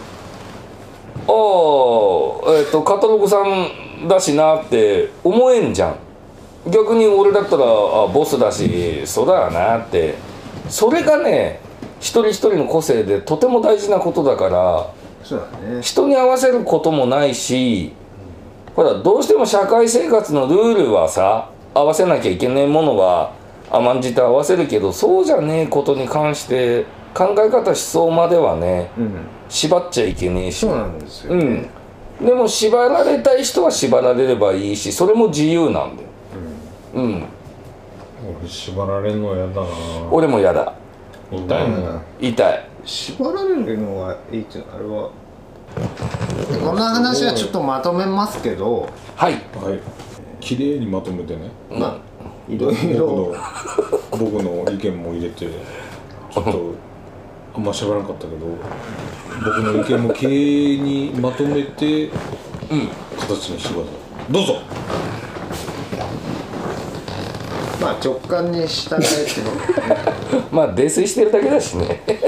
A: えっ、とカタログさんだしなって思えんじゃん逆に俺だったらあボスだしそうだよなってそれがね一人一人の個性でとても大事なことだから
B: そうだね
A: 人に合わせることもないしほらどうしても社会生活のルールはさ合わせなきゃいけないものは甘んじて合わせるけどそうじゃねえことに関して考え方思想まではね
B: うん
A: 縛っちゃいけねえし
B: そうなんですよ、
A: うんでも縛られたい人は縛られればいいしそれも自由なんだようん
C: 俺縛られんのやだな
A: 俺も嫌だ
C: 痛いもん、
A: 痛い
B: 縛られるのがいいっていうのはあれはこの話はちょっとまとめますけど
A: はい
C: はい綺麗にまとめてね
B: まあいろいろ
C: 僕の僕の意見も入れてちょっとあんま喋らなかったけど僕の意見も綺麗にまとめて、形にしてくださいどうぞ
B: まあ直感に従えってこと
A: まあ泥酔してるだけだしね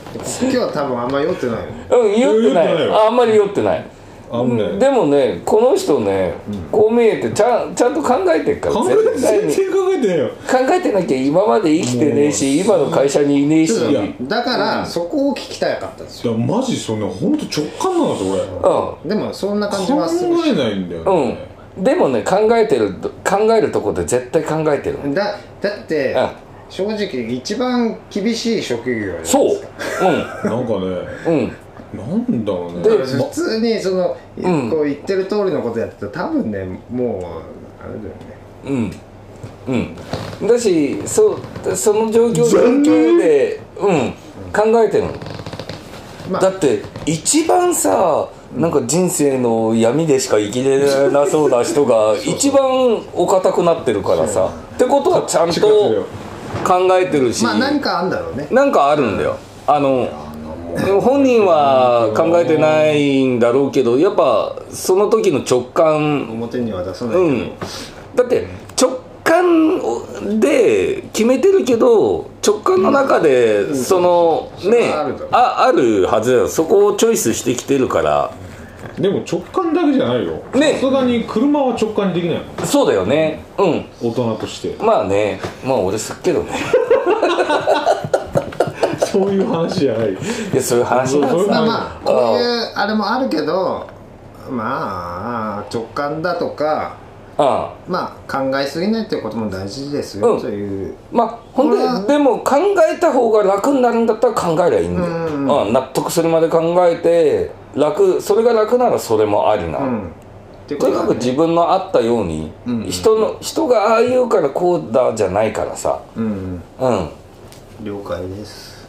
B: 今日は多分あんま酔ってないよね
A: うん酔ってな
C: 酔ってない
A: い
C: よ
A: ああんまり酔ってない
C: あのね、
A: でもねこの人ね、こう見えてちゃんちゃんと考えてるから
C: 考え
A: 絶対
C: 全
A: に
C: 然考えてないよ
A: 考えてなきゃ今まで生きてねえし今の会社にいねえし
C: いや
B: だからそこを聞きたかったんです
C: い
B: よ
C: やマジそんな本当直感なんですよ
A: う
B: でもそんな感じはする
C: 俺考え
B: し
C: ないんだよ
A: ん
C: ね、
A: うんでもね考えてる考えるとこで絶対考えてる
B: だだって
A: うん
B: 正直一番厳しい職業よ
A: そう
C: なんかね
A: うんうん
C: なんだろうね
A: で
C: ま
B: 普通にその、
A: ん
B: こう言ってる通りのことやってたら多分ねもうあれだよね
A: うんうんだしそうその状況状況でうん考えてるの
B: まあ
A: だって一番さなんか人生の闇でしか生きれな そうな人が一番お堅くなってるからさってことはちゃんと
C: 違う違う
A: 考えてるし、
B: まあ何かあんだろうね
A: なんかあるんだよあの
C: も
A: でも本人は考えてないんだろうけどやっぱその時の直感
B: 表には出さないけど、
A: うんだって直感で決めてるけど直感の中でその
B: うん
A: ね
B: それはあるだろう
A: ああるはずだよそこをチョイスしてきてるから
C: でも直感だけじゃないよ
A: ね
C: さすがに車は直感にできないもん
A: そうだよねうん
C: 大人として
A: まあねまあ俺すっけどね
C: そういう話じゃない
A: いやそういう話なんで
C: そ
A: す
C: う
A: よ
B: まあまあこういうあれもあるけどまあ直感だとか
A: あ
B: まあ考えすぎないっていうことも大事ですよ、
A: うん
B: という
A: まあほ
B: これは
A: んででも考えた方が楽になるんだったら考えりゃいいんだよ、
B: うんうんうん
A: うん納得するまで考えて楽それが楽ならそれもありな、
B: うんってこと
A: とに
B: だ
A: か
B: ね
A: く自分のあったように、
B: うんうん
A: 人の人がああ言うからこうだじゃないからさ
B: うん
A: うん
B: 了解です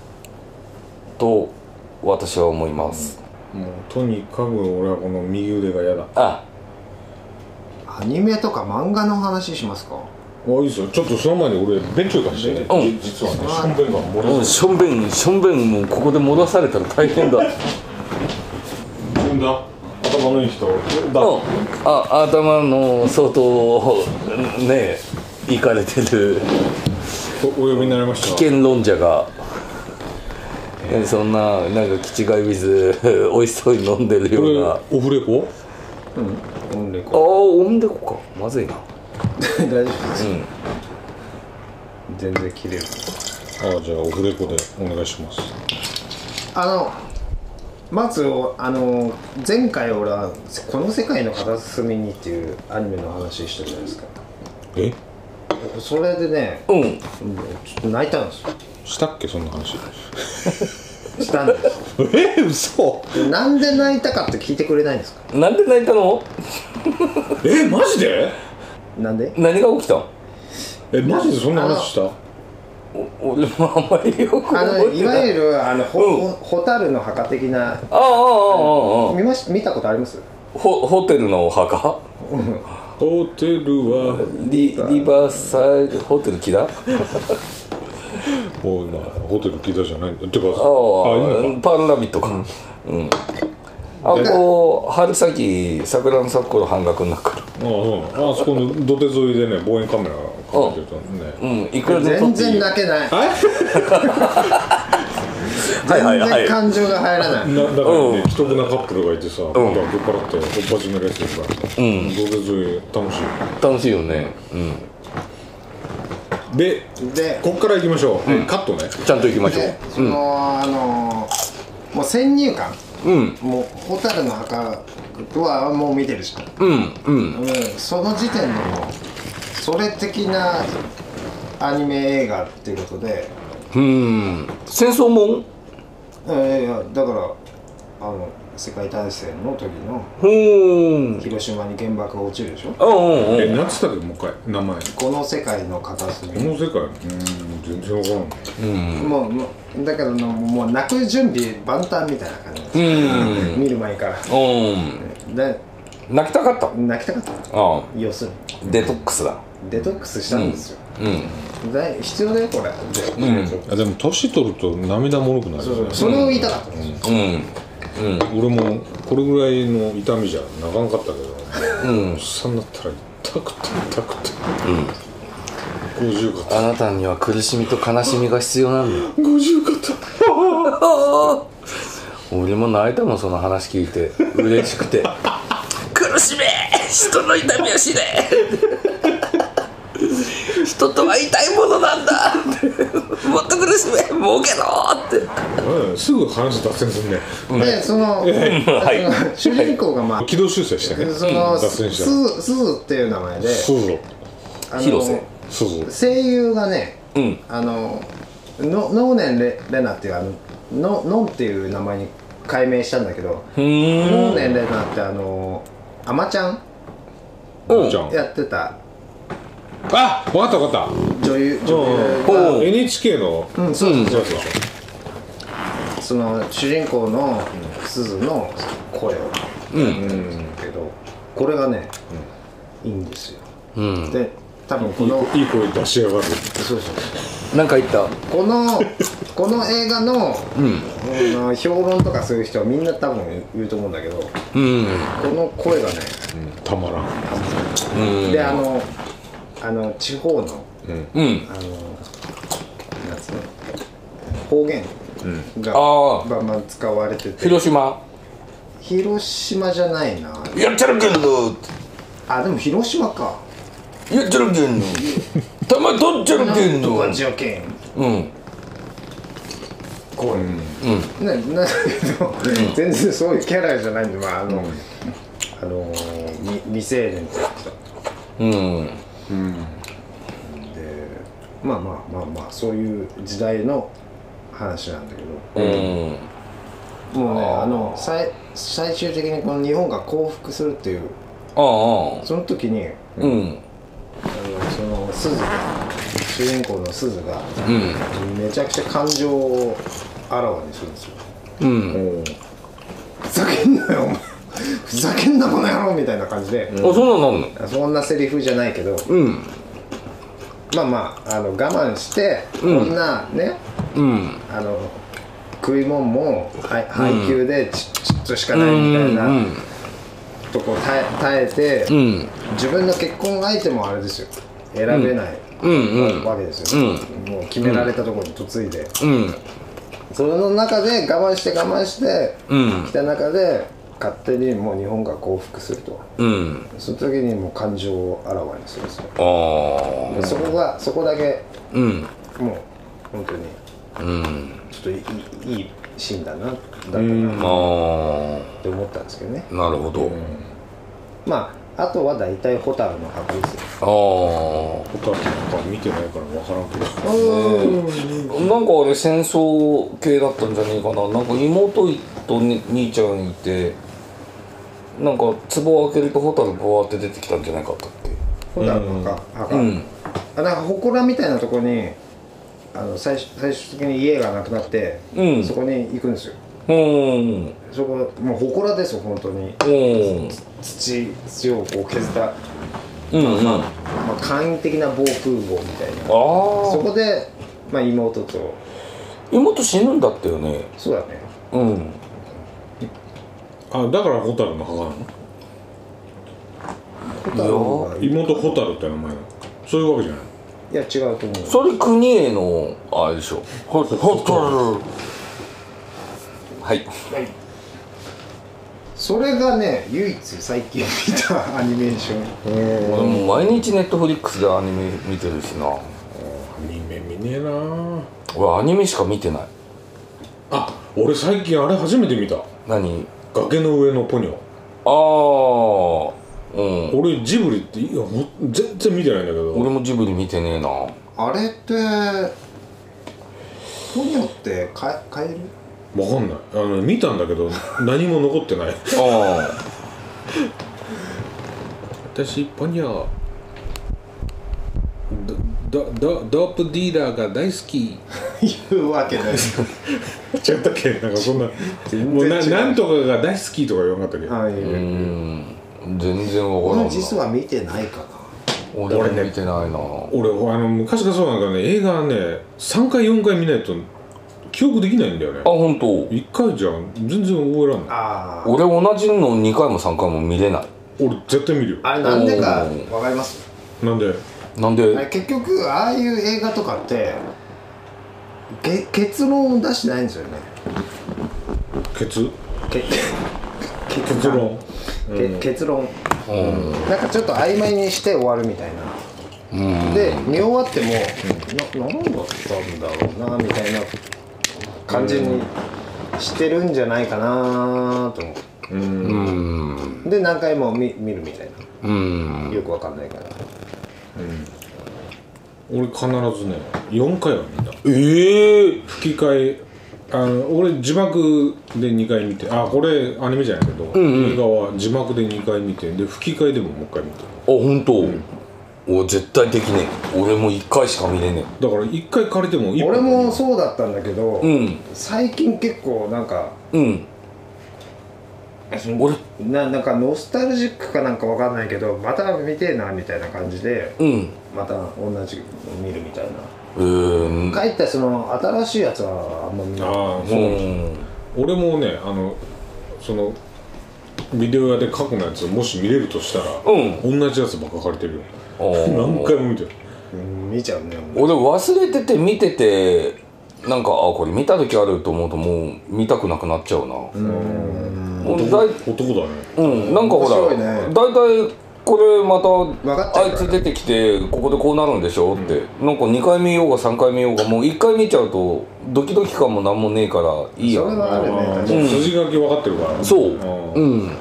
A: と私は思います、
C: もうとにかく俺はこの右腕が嫌だ
A: あ
B: アニメとか漫画の話しますか
C: あいいですよちょっとその前に俺ベンチを貸してね、
A: うん
C: じ実はねションベンが漏れ
A: うんしょんべんしょんべんもうここで戻されたら大変だ うん
C: 自分だ頭のいい人だ、
A: あ頭の相当ねいかれてる
C: おお呼びになりました
A: 危険論者がえそんななんか気違い水 美味しそうに飲んでる
C: これ
A: ようなあ
C: オフレコ
B: オンレ
A: あー
B: コ
A: オンデコかまずいな
B: 大丈夫です、
A: ん
B: 全然切れる
C: ああじゃあオフレコでお願いします
B: あのまずおあの前回俺は「この世界の片隅に」っていうアニメの話したじゃないですか
C: え
B: それでね
A: うん
B: うんちょっと泣いたんですよ
C: したっけそんな話
B: したんです
C: え嘘
B: でなんで泣いたかって聞いてくれないんですか
A: なんで泣いたの
C: えマジで
B: なんで
A: 何が起きたの
C: えマジでそんな話した
A: お俺もあんまりよく
B: あ
A: 覚え
B: の
A: て
B: い
A: な
B: わ
A: い
B: ゆるあのほ、
A: うん
B: ほホタルの墓的な
A: ああああああああ
B: 見まし見たことあります
A: ホホテルのお墓
C: ホテルは
A: リリバーサイドホテル木だあ
C: おいなホテル聞いたじゃないんだてかあ
A: あ
C: いいのか
A: パールラビットかうんあこう春先桜の咲く頃半額になるから
C: あそうなのあそこの土手沿いでね望遠カメラがかけてたんでね
A: うんいくらでも
B: 全
A: 撮ってい
B: 然
A: い
B: 泣けない
A: はいはい
B: 全
A: は
B: 然
A: い
B: 感情が入らない
C: なだからね、既得なカップルがいてさ、
A: ん
C: 今酔っ払っておっ始めるやついるからさ、どうせそういう楽しい
A: 楽しいよねうん
C: で
B: で
C: こっから行きましょう、カットね
A: ちゃんと行きましょ
B: でその、あのもう先入観
A: ううん
B: もう蛍の墓はもう見てるじゃん、
A: うんうん
B: うん、その時点でもうそれ的なアニメ映画っていうことで、
A: うん戦争もん
B: えーいやだからあの世界大戦の時の
A: ほーん
B: 広島に原爆が落ちるでしょ
A: あうんうん
C: え何つったっけもう一回名前こ
B: この世界の片隅
C: の世界うーん全然わからん
B: もうもうだからのもう泣く準備万端みたいな感じです、
A: うん
B: 見る前から
A: うん
B: で
A: 泣きたかった
B: 泣きたかった
A: あ
B: 要する
A: デトックスだ
B: にデトックスしたんですよ、
A: うん
B: だい必要だよこれで
C: あでも年取ると涙もろくなる
B: そう
C: よ
B: そう
C: ね
B: それを言いたかったんですよ、
A: うん
C: 俺もこれぐらいの痛みじゃなかなかったけど、おっさんになったら痛くて痛くてうん50肩
A: あなたには苦しみと悲しみが必要なんだよ
C: 50肩
A: 俺も泣いたもんその話聞いて嬉しくて 苦しめ人の痛みはしねえ人とは痛いものなんだってもっと苦しめ儲けろって
C: うんすぐ話脱線するね
B: で その,、その主人公がまあ、
C: 軌道修正してね
B: その
C: 脱
B: す
C: 線し
B: ず
C: た
B: すずっていう名前で
C: そうそう
B: あの
A: 広瀬
C: そうそう
B: 声優がね
A: うん
B: あのの能年レレナっていうあのののんっていう名前に改名したんだけど
A: うーん
B: 能年レナってあのアマちゃん
A: うん
C: じゃん
B: やってた
C: あわかったわかっ
B: 女優
A: う
B: 女
A: ん
C: た NHK の
B: 優うんそうそう
C: そうそう
B: その主人公の鈴の声を
A: うん
B: けどこれがね、いいんですよ、
A: うん
B: で多分この
C: いい声出しやがる
B: そうそう
A: なんか言った
B: このこの映画の、うん評論とかする人はみんな多分言うと思うんだけどこ
A: うん
B: の声がね
C: たまらん
A: うん
B: であのあの地方の
A: うん
B: あのなんつうの方言が、
A: ああ
B: バンバン使われてて
A: 広島
B: 広島じゃないな
A: やっちゃるけんど
B: あでも広島か
A: やっちゃるけんどたま取っちゃるけん
B: と
A: ど
B: かじゃけん
A: うん
B: こう、なな 全然そういうキャラじゃないんでまああの、あのー、み未成年って言ってた
A: うん
B: んでまあまあまあまあそういう時代の話なんだけど、
A: うん
B: もうねあの最最終的にこの日本が降伏するっていう
A: ああ
B: その時に
A: うん
B: あのその鈴が主人公の鈴が
A: うん
B: めちゃくちゃ感情をあらわにするんですよ
A: うん
B: ふざけんなよお前ふざけんなこの野郎みたいな感じで、
A: あそんなんなんの
B: そんなセリフじゃないけど
A: うん
B: まあまああの我慢して、こんなね
A: うん
B: あの食い物もはい配給でち,、ちょっとしかないみたいな、
A: うん
B: とこ耐え耐えて、
A: うん
B: 自分の結婚相手もあれですよ選べない、
A: うんうん
B: わけですよ、もう決められたところに嫁いで、
A: うん
B: その中で我慢して我慢して、
A: うん
B: 来た中で勝手にもう日本が降伏すると
A: うん
B: その時にもう感情をあらわにするんですよ、
A: ああ
B: そこがそこだけ
A: うん
B: もう本当に
A: うん
B: ちょっといいいいシーンだなだったな
A: ああ
B: って思ったんですけどね、
A: なるほど、
B: まああとは大体蛍の箱ですよ
A: あ
C: 他とか見てないから分からんけど
A: あなんかあれ戦争系だったんじゃねえかななんか妹とに兄ちゃんいてなんか壺を開けると蛍ぶわって出てきたんじゃなかったっ
B: 蛍の墓
A: け
B: 墓、
A: うん
B: あなんか祠みたいなとこにあの最終最終的に家がなくなって、
A: うん
B: そこに行くんですよ
A: うん
B: そこもう祠ですよ本当に
A: うん
B: 土土をこう削った、
A: うんうんあ
B: まあ、簡易的な防空壕みたいな
A: あ
B: そ
A: ー
B: こで、まあ、妹と
A: 妹死ぬんだったよね
B: そうだね
A: うん
C: あだから蛍の墓なの
B: 蛍の方がい
C: 妹蛍って名前なのそういうわけじゃない
B: や違うと思う
A: それ国へのあれでしょホトはい
B: それがね唯一最近見たアニメーション
A: 俺もう毎日ネットフリックスでアニメ見てるしな
C: アニメ見ねえなあ
A: 俺アニメしか見てない
C: あ俺最近あれ初めて見た
A: 何
C: 崖の上のポニョ
A: ああうん
C: 俺ジブリっていやほん全然見てないんだけど
A: 俺もジブリ見てねえな
B: あれってポニョってか買える
C: 分かんないあの見たんだけど何も残ってない
A: あ
C: 私ポニョドドドープディーラーが大好き
B: いうわけない
C: 違ったっけなんかそんな
B: 全
C: もう
B: 然違う
C: ななんとかが大好きとか言わなかったけど、
B: はい、
A: あうん全然わ
B: こ
A: からん
B: の
A: な
B: 実は見てないか
A: 俺
C: 俺
A: も
C: ね
A: 見てないなあ
C: 俺あの昔からそうなんだけどね映画はね3回4回見ないと記憶できないんだよね
A: 本当
C: 1回じゃ全然覚えらん
B: な
C: ない
B: ああ
A: 俺同じの2回も3回も見れない
C: 俺絶対見るよ
B: あれなんでかわかります
C: なんで
A: なん
B: あれ
A: で
B: 結局ああいう映画とかってけ結論を出してないんですよね
C: ケツ
B: け
C: 結論
B: け結論
A: うん
B: なんかちょっと曖昧にして終わるみたいな、
A: うん
B: で見終わっても、な何だったんだろうなみたいな感じにしてるんじゃないかなと思
A: うん
B: うで何回も見見るみたい
A: うん
B: なよくわかんないから
C: 俺必ずね4回は見た
A: ええ
C: 吹き替えあの俺字幕で2回見てあこれアニメじゃないけど、映画は字幕で2回見てで吹き替えでももう1回見て
A: あ本当、お絶対できねえ俺も1回しか見れね
C: だから1回借りても一本
B: 俺もそうだったんだけど、
A: えうん
B: 最近結構なんか
A: うん俺
B: ななんかノスタルジックかなんかわかんないけどまた見てえなみたいな感じで
A: うん
B: また同じの見るみたいな
A: うーん
B: かえってその新しいやつはあんま見
C: あ
B: な
C: あ
B: い
C: そうう、
A: ん
C: 俺もねあのそのビデオ屋で過去のやつもし見れるとしたら、
A: う
C: 同じやつばっか借りてるよ
A: あー
C: 何回も見てる
B: うん見ちゃうねもう
A: 俺忘れてて見ててなんかあこれ見た時あると思うともう見たくなくなっちゃうな
B: うん
A: もう
C: 男
A: だい
C: 男だね
A: うんなんかほ
B: 面白
A: ら
B: いね
A: 大体、これま
B: 分かっち
A: た
B: ゃうか
A: あ
B: ら
A: いつ出てきてここでこうなるんでしょって、なんか2回見ようが3回見ようがもう1回見ちゃうとドキドキ感も何もねえからいいや
B: それはあるね
C: あ
B: 確か
C: ー
B: に
C: もう筋書き分かってるから
A: そう
C: あー
A: うん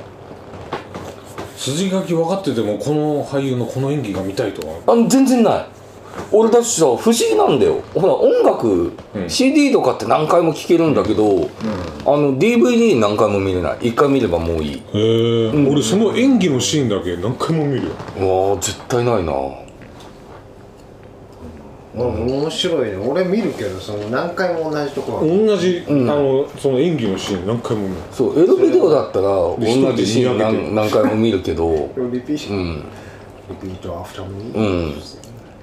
C: 筋書き分かっててもこの俳優のこの演技が見たいとか
A: あの全然ない俺だってさ不思議なんだよほら音楽、
C: うん
A: CD とかって何回も聴けるんだけど、あの DVD 何回も見れない1回見ればもういい
C: へえ、俺その演技のシーンだけ何回も見るよ
A: うわあ絶対ないな
B: 面白いね俺見るけどその何回も同じとこは
C: 同じ、あのその演技のシーン何回も見る
A: そうエロビデオだったら
C: 一人で
A: 同じシーン
C: 見上げて
A: 何何回も見るけど
B: リピート、
A: うん
B: リピートアフターミー
A: うん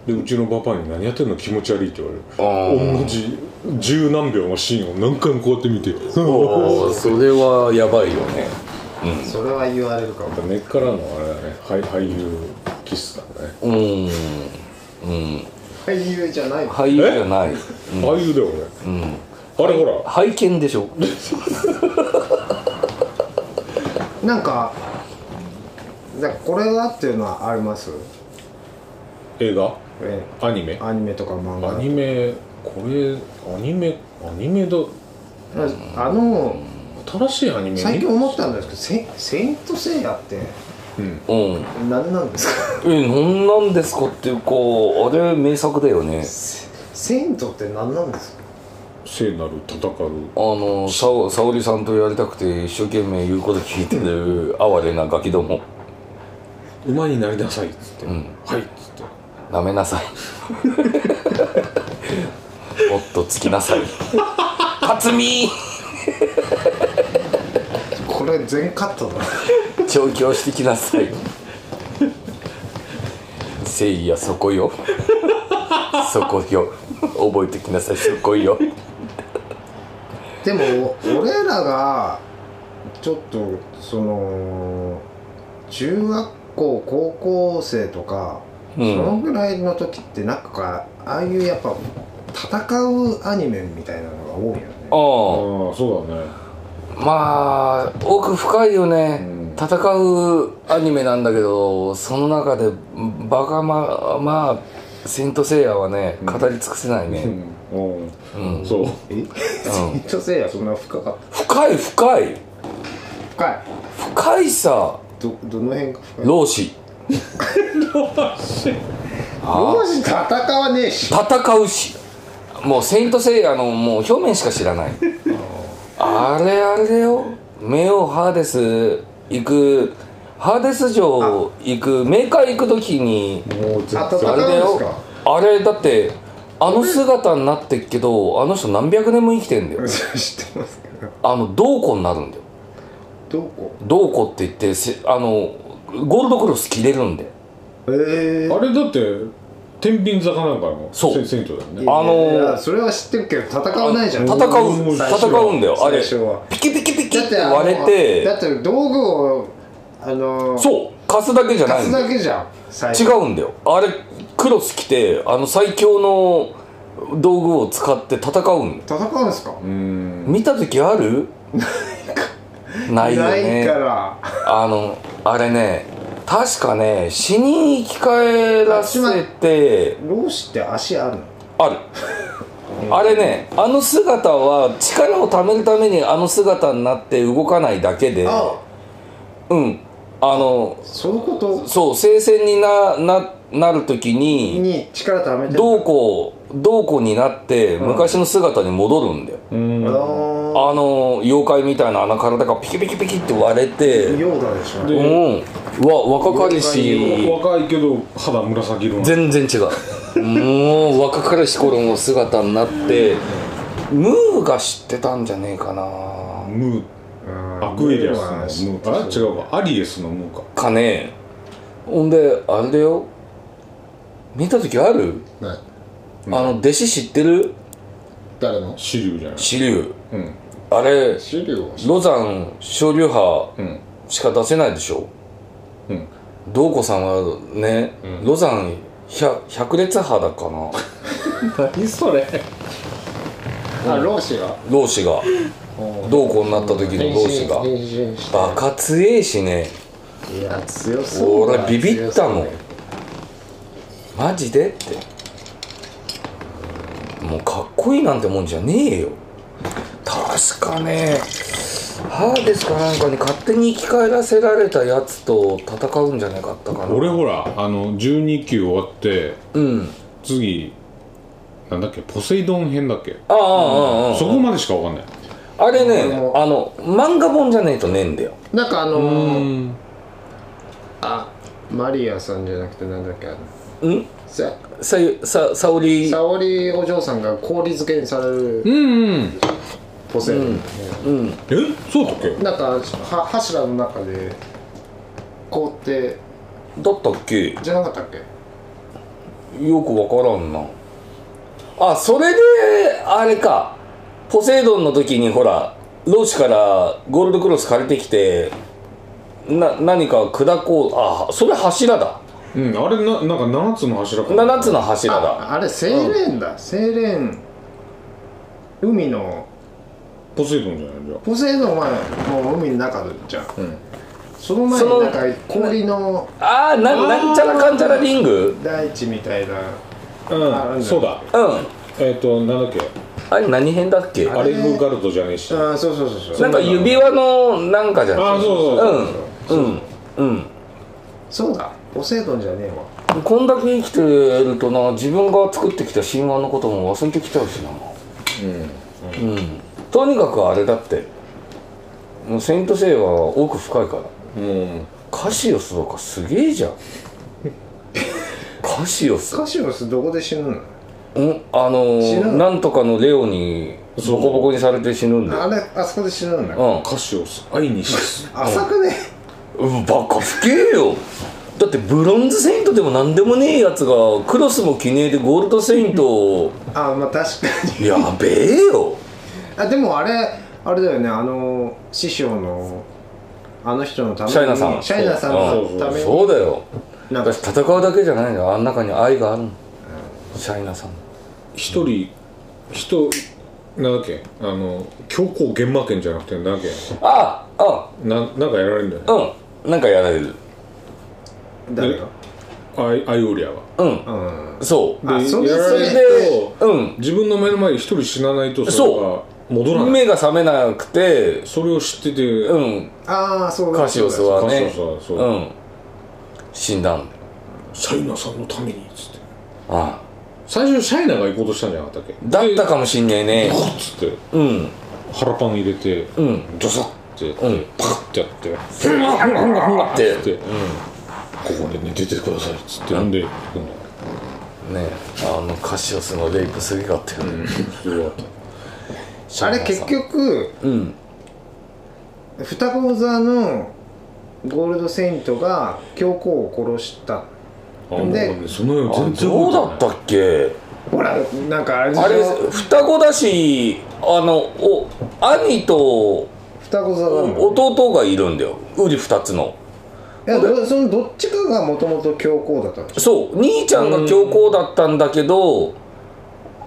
C: でうちのパパに「何やってんの気持ち悪い」って言わ
A: あ
C: れる
A: ー
C: 同じ十何秒のシーンを何回もこうやって見て
A: あーそれはやばいよね
B: それは言われるかも
C: 根っからのあれだね俳俳優気質だね
A: うん
B: 俳優じゃない
A: 俳優じゃない
C: 俳優だよ俺、あれほら
A: 拝見でしょ
B: なんかなんかこれはっていうのはあります
C: 映画
B: え
C: アニメ
B: アニメとか漫画
C: アニメこれアニメアニメだ
B: あの
C: 新しいアニメ
B: 最近思ったんですけどセ「セイント・セイヤ」って
A: うん
B: 何なんですか
A: え何なんですかっていうかあれ名作だよね
B: セイントって何なんですか
C: 聖なる戦う
A: あのさお沙織さんとやりたくて一生懸命言うこと聞いてる哀れなガキども
C: 馬になりなさいっつって、はいっつって
A: なめなさい もっとつきなさい辰巳
B: これ全カットだ
A: 調教してきなさい誠意やそこよそこよ覚えてきなさいそこよ
B: でも俺らがちょっとその中学校高校生とか、
A: うん
B: そのぐらいの時ってなんかああいうやっぱ戦うアニメみたいなのが多いよね
A: ああ
C: ああそうだね
A: まあ奥深いよね、
C: うん
A: 戦うアニメなんだけどその中でバカままあセイント・セイヤはね語り尽くせないね、
C: うん、そう
B: えセイント・セイヤそんな深かっ
A: 深い深い
B: た深い
A: 深いさ
B: どどの辺が深い
A: 老子
B: ロジ戦わねえし
A: 戦うしもうセイント・セイヤのもう表面しか知らないあれあれだよ冥王ハーデス行くハーデス城行く冥界行く時に
C: もう全
B: あと
A: あれ
B: 戦
A: だ
B: うん
A: よ
B: ですか
A: あれだってあの姿になってっけどあの人何百年も生きてんだよ
B: 知ってますけど
A: あの銅庫になるんだよ
B: どこ
A: 銅庫って言ってせあのゴールドクロス切れるんで
B: ええ
C: あれだって天秤坂なんかの
A: そう
C: せ選挙だよね
A: あのー
B: それは知ってるけど戦わないじゃん
A: 戦う
C: うん
A: 戦うんだよあれ
B: 最初は
A: ピキピキピキ
B: だっ
A: ってて
B: あの
A: 割れ
B: だ
A: て
B: って道具をあのう
A: そう貸すだけじゃない
B: 貸
A: ん
B: す
A: だよ
B: だけじゃん最
A: 違うんだよあれクロス着てあの最強の道具を使って戦うんだよ
B: 戦うんですか
C: うん
A: 見た時あ るないよね
B: から
A: あのあれね確かね死に生き返らせて
B: 老子って足あるの
A: あるあれねあの姿は力を貯めるためにあの姿になって動かないだけで
B: あ
A: うんあの
B: そういうこと
A: そう聖戦になななる時に
B: に力ためて
A: どうこうどうこうになって昔の姿に戻るんだよ、
B: あの
A: あの妖怪みたいなあの体がピキピキピキって割れて
B: ヨーダでしょ
A: う
C: で
A: んうわ若かりし
C: 若いけど肌紫色な
A: 全然違うもう若かりし頃の姿になってムーが知ってたんじゃねえかな
C: ムーアクエリアスのムーかあ違うわアリエスのムーか
A: かねほんであれだよ見た時ある、
B: ない
A: あの弟子知ってる
B: 誰の
C: シリュウじゃない
A: 支流
C: うん
A: あれ
B: 資料を
A: ロザン少流派
C: うん
A: しか出せないでしょ
C: うん
A: 道子さんはね、ロザン100 100列派だかな
C: 何それ
B: あ老子が
A: 老子が道子になった時の老子が
B: 変身変身して
A: バカ強えしね
B: いや強そうだ
A: 俺ビビったもん
B: 強そう
A: マジでってもうかっこいいなんてもんじゃねえよ確かねハーデスかなんかに勝手に生き返らせられたやつと戦うんじゃなかったかな
C: 俺ほらあの12球終わって
A: うん
C: 次なんだっけポセイドン編だっけ
A: ああああああ
C: そこまでしかわかんない
A: あれね
B: も
A: あの漫画本じゃねえとねえんだよ
B: だなんかあのー
C: ん
B: あマリアさんじゃなくてなんだっけあの
A: ん
B: さ
A: さゆさ沙織
B: 沙織お嬢さんが氷漬けにされる
C: うんうん
B: ポセイドン
A: うん
C: えそうだっけ
B: なんかは柱の中で凍って
A: だったっけ
B: じゃなかったっけ
A: よくわからんなあそれであれかポセイドンの時にほら老子からゴールドクロス借りてきてな何か砕こうあそれ柱だ
C: うんあれななんか7つの柱か
A: 7つの柱だ
B: ああれセイレーンだ、セイレーン海の
C: ポセイドンじゃないじゃ
B: ポセイドンはもう海の中じゃん、
C: ん
B: その前
A: その
B: になんか氷の
A: あーななんちゃらかんちゃらリング
B: 大地みたいな
C: あう
B: あ
C: んそうだ
A: うん
C: えっ、となんだっけ
A: あれ何編だっけ
C: アレグガルドじゃねえし
B: ああそうそうそうそう
A: なんか指輪のなんかじゃん
C: あそうそうそう
A: うんうんうん
B: そうだポセイドンじゃねえわ
A: こんだけ生きてるとな自分が作ってきた神話のことも忘れてきちゃうしなうん、とにかくあれだってもうセイント・セイヤは奥深いから
C: うん
A: カシオスとかすげえじゃんカシオス
B: カシオスどこで死ぬの
A: うんあの
B: 死
A: ー、
B: ぬ
A: なんとかのレオにボコボコにされて死ぬんだ
B: あ
A: よ
B: れあそこで死ぬんだ
A: うん
C: 歌詞を愛にし
B: 浅くね
A: うんバカふけえよだってブロンズセイントでも何でもねえやつがクロスも記念でゴールドセイントを
B: あまあ確かに
A: やべえよ
B: あでもあれあれだよねあの師匠のあの人のために
A: シャイナさん
B: シャイナさんのために
A: そうだよ
B: なんか
A: 私戦うだけじゃないのあん中に愛があるのシャイナさん
C: 一人人なんだっけあの強行現魔剣じゃなくてなんだっけ
A: ああ
C: ななんかやられるんだよね
A: うんなんかやられる
B: 誰が
C: アイアイオリアは
A: うん
B: うん
A: そう
B: あそれ
C: やら
B: そ
C: れ
B: れ
C: る
B: で
C: と
A: うん
C: 自分の目の前で一人死なないと
A: そ
C: それが戻らない
A: 目が覚めなくて
C: それを知ってて
A: う
C: うん
B: ああそうだ
A: カシオスはね
C: カシオスはそう
A: うん死んだんだよ
C: シャイナさんのためにっつって
A: あ
C: 最初シャイナが行こうとしたんじゃなかったっけ
A: あだったかもしんねえね
C: ボコッつって
A: うん
C: 腹パン入れて
A: うん
C: ドサッてやって、
A: うん
C: パカッてやってふんわふんわふんわふんわ
A: って
C: って、ここで寝ててくださいっつってなんで、うん、
A: ねえあのカシオスのレイプすげかったよね
C: すごかった
B: あれ結局
A: うん
B: 双子座のゴールドセイントが教皇を殺した
C: あもうねその
A: あ
C: 夜全然
A: どうだ
C: 覚え
A: ってた
C: ない
A: っけ
B: ほらなんかあれでし
A: あれ
B: ょ
A: 双子だしあのお兄と
B: 双子座なんだよね
A: 弟がいるんだようり二つの
B: いやどそのどっちかがもともと教皇だったんでしょ
A: そう兄ちゃんが強硬だったんだけど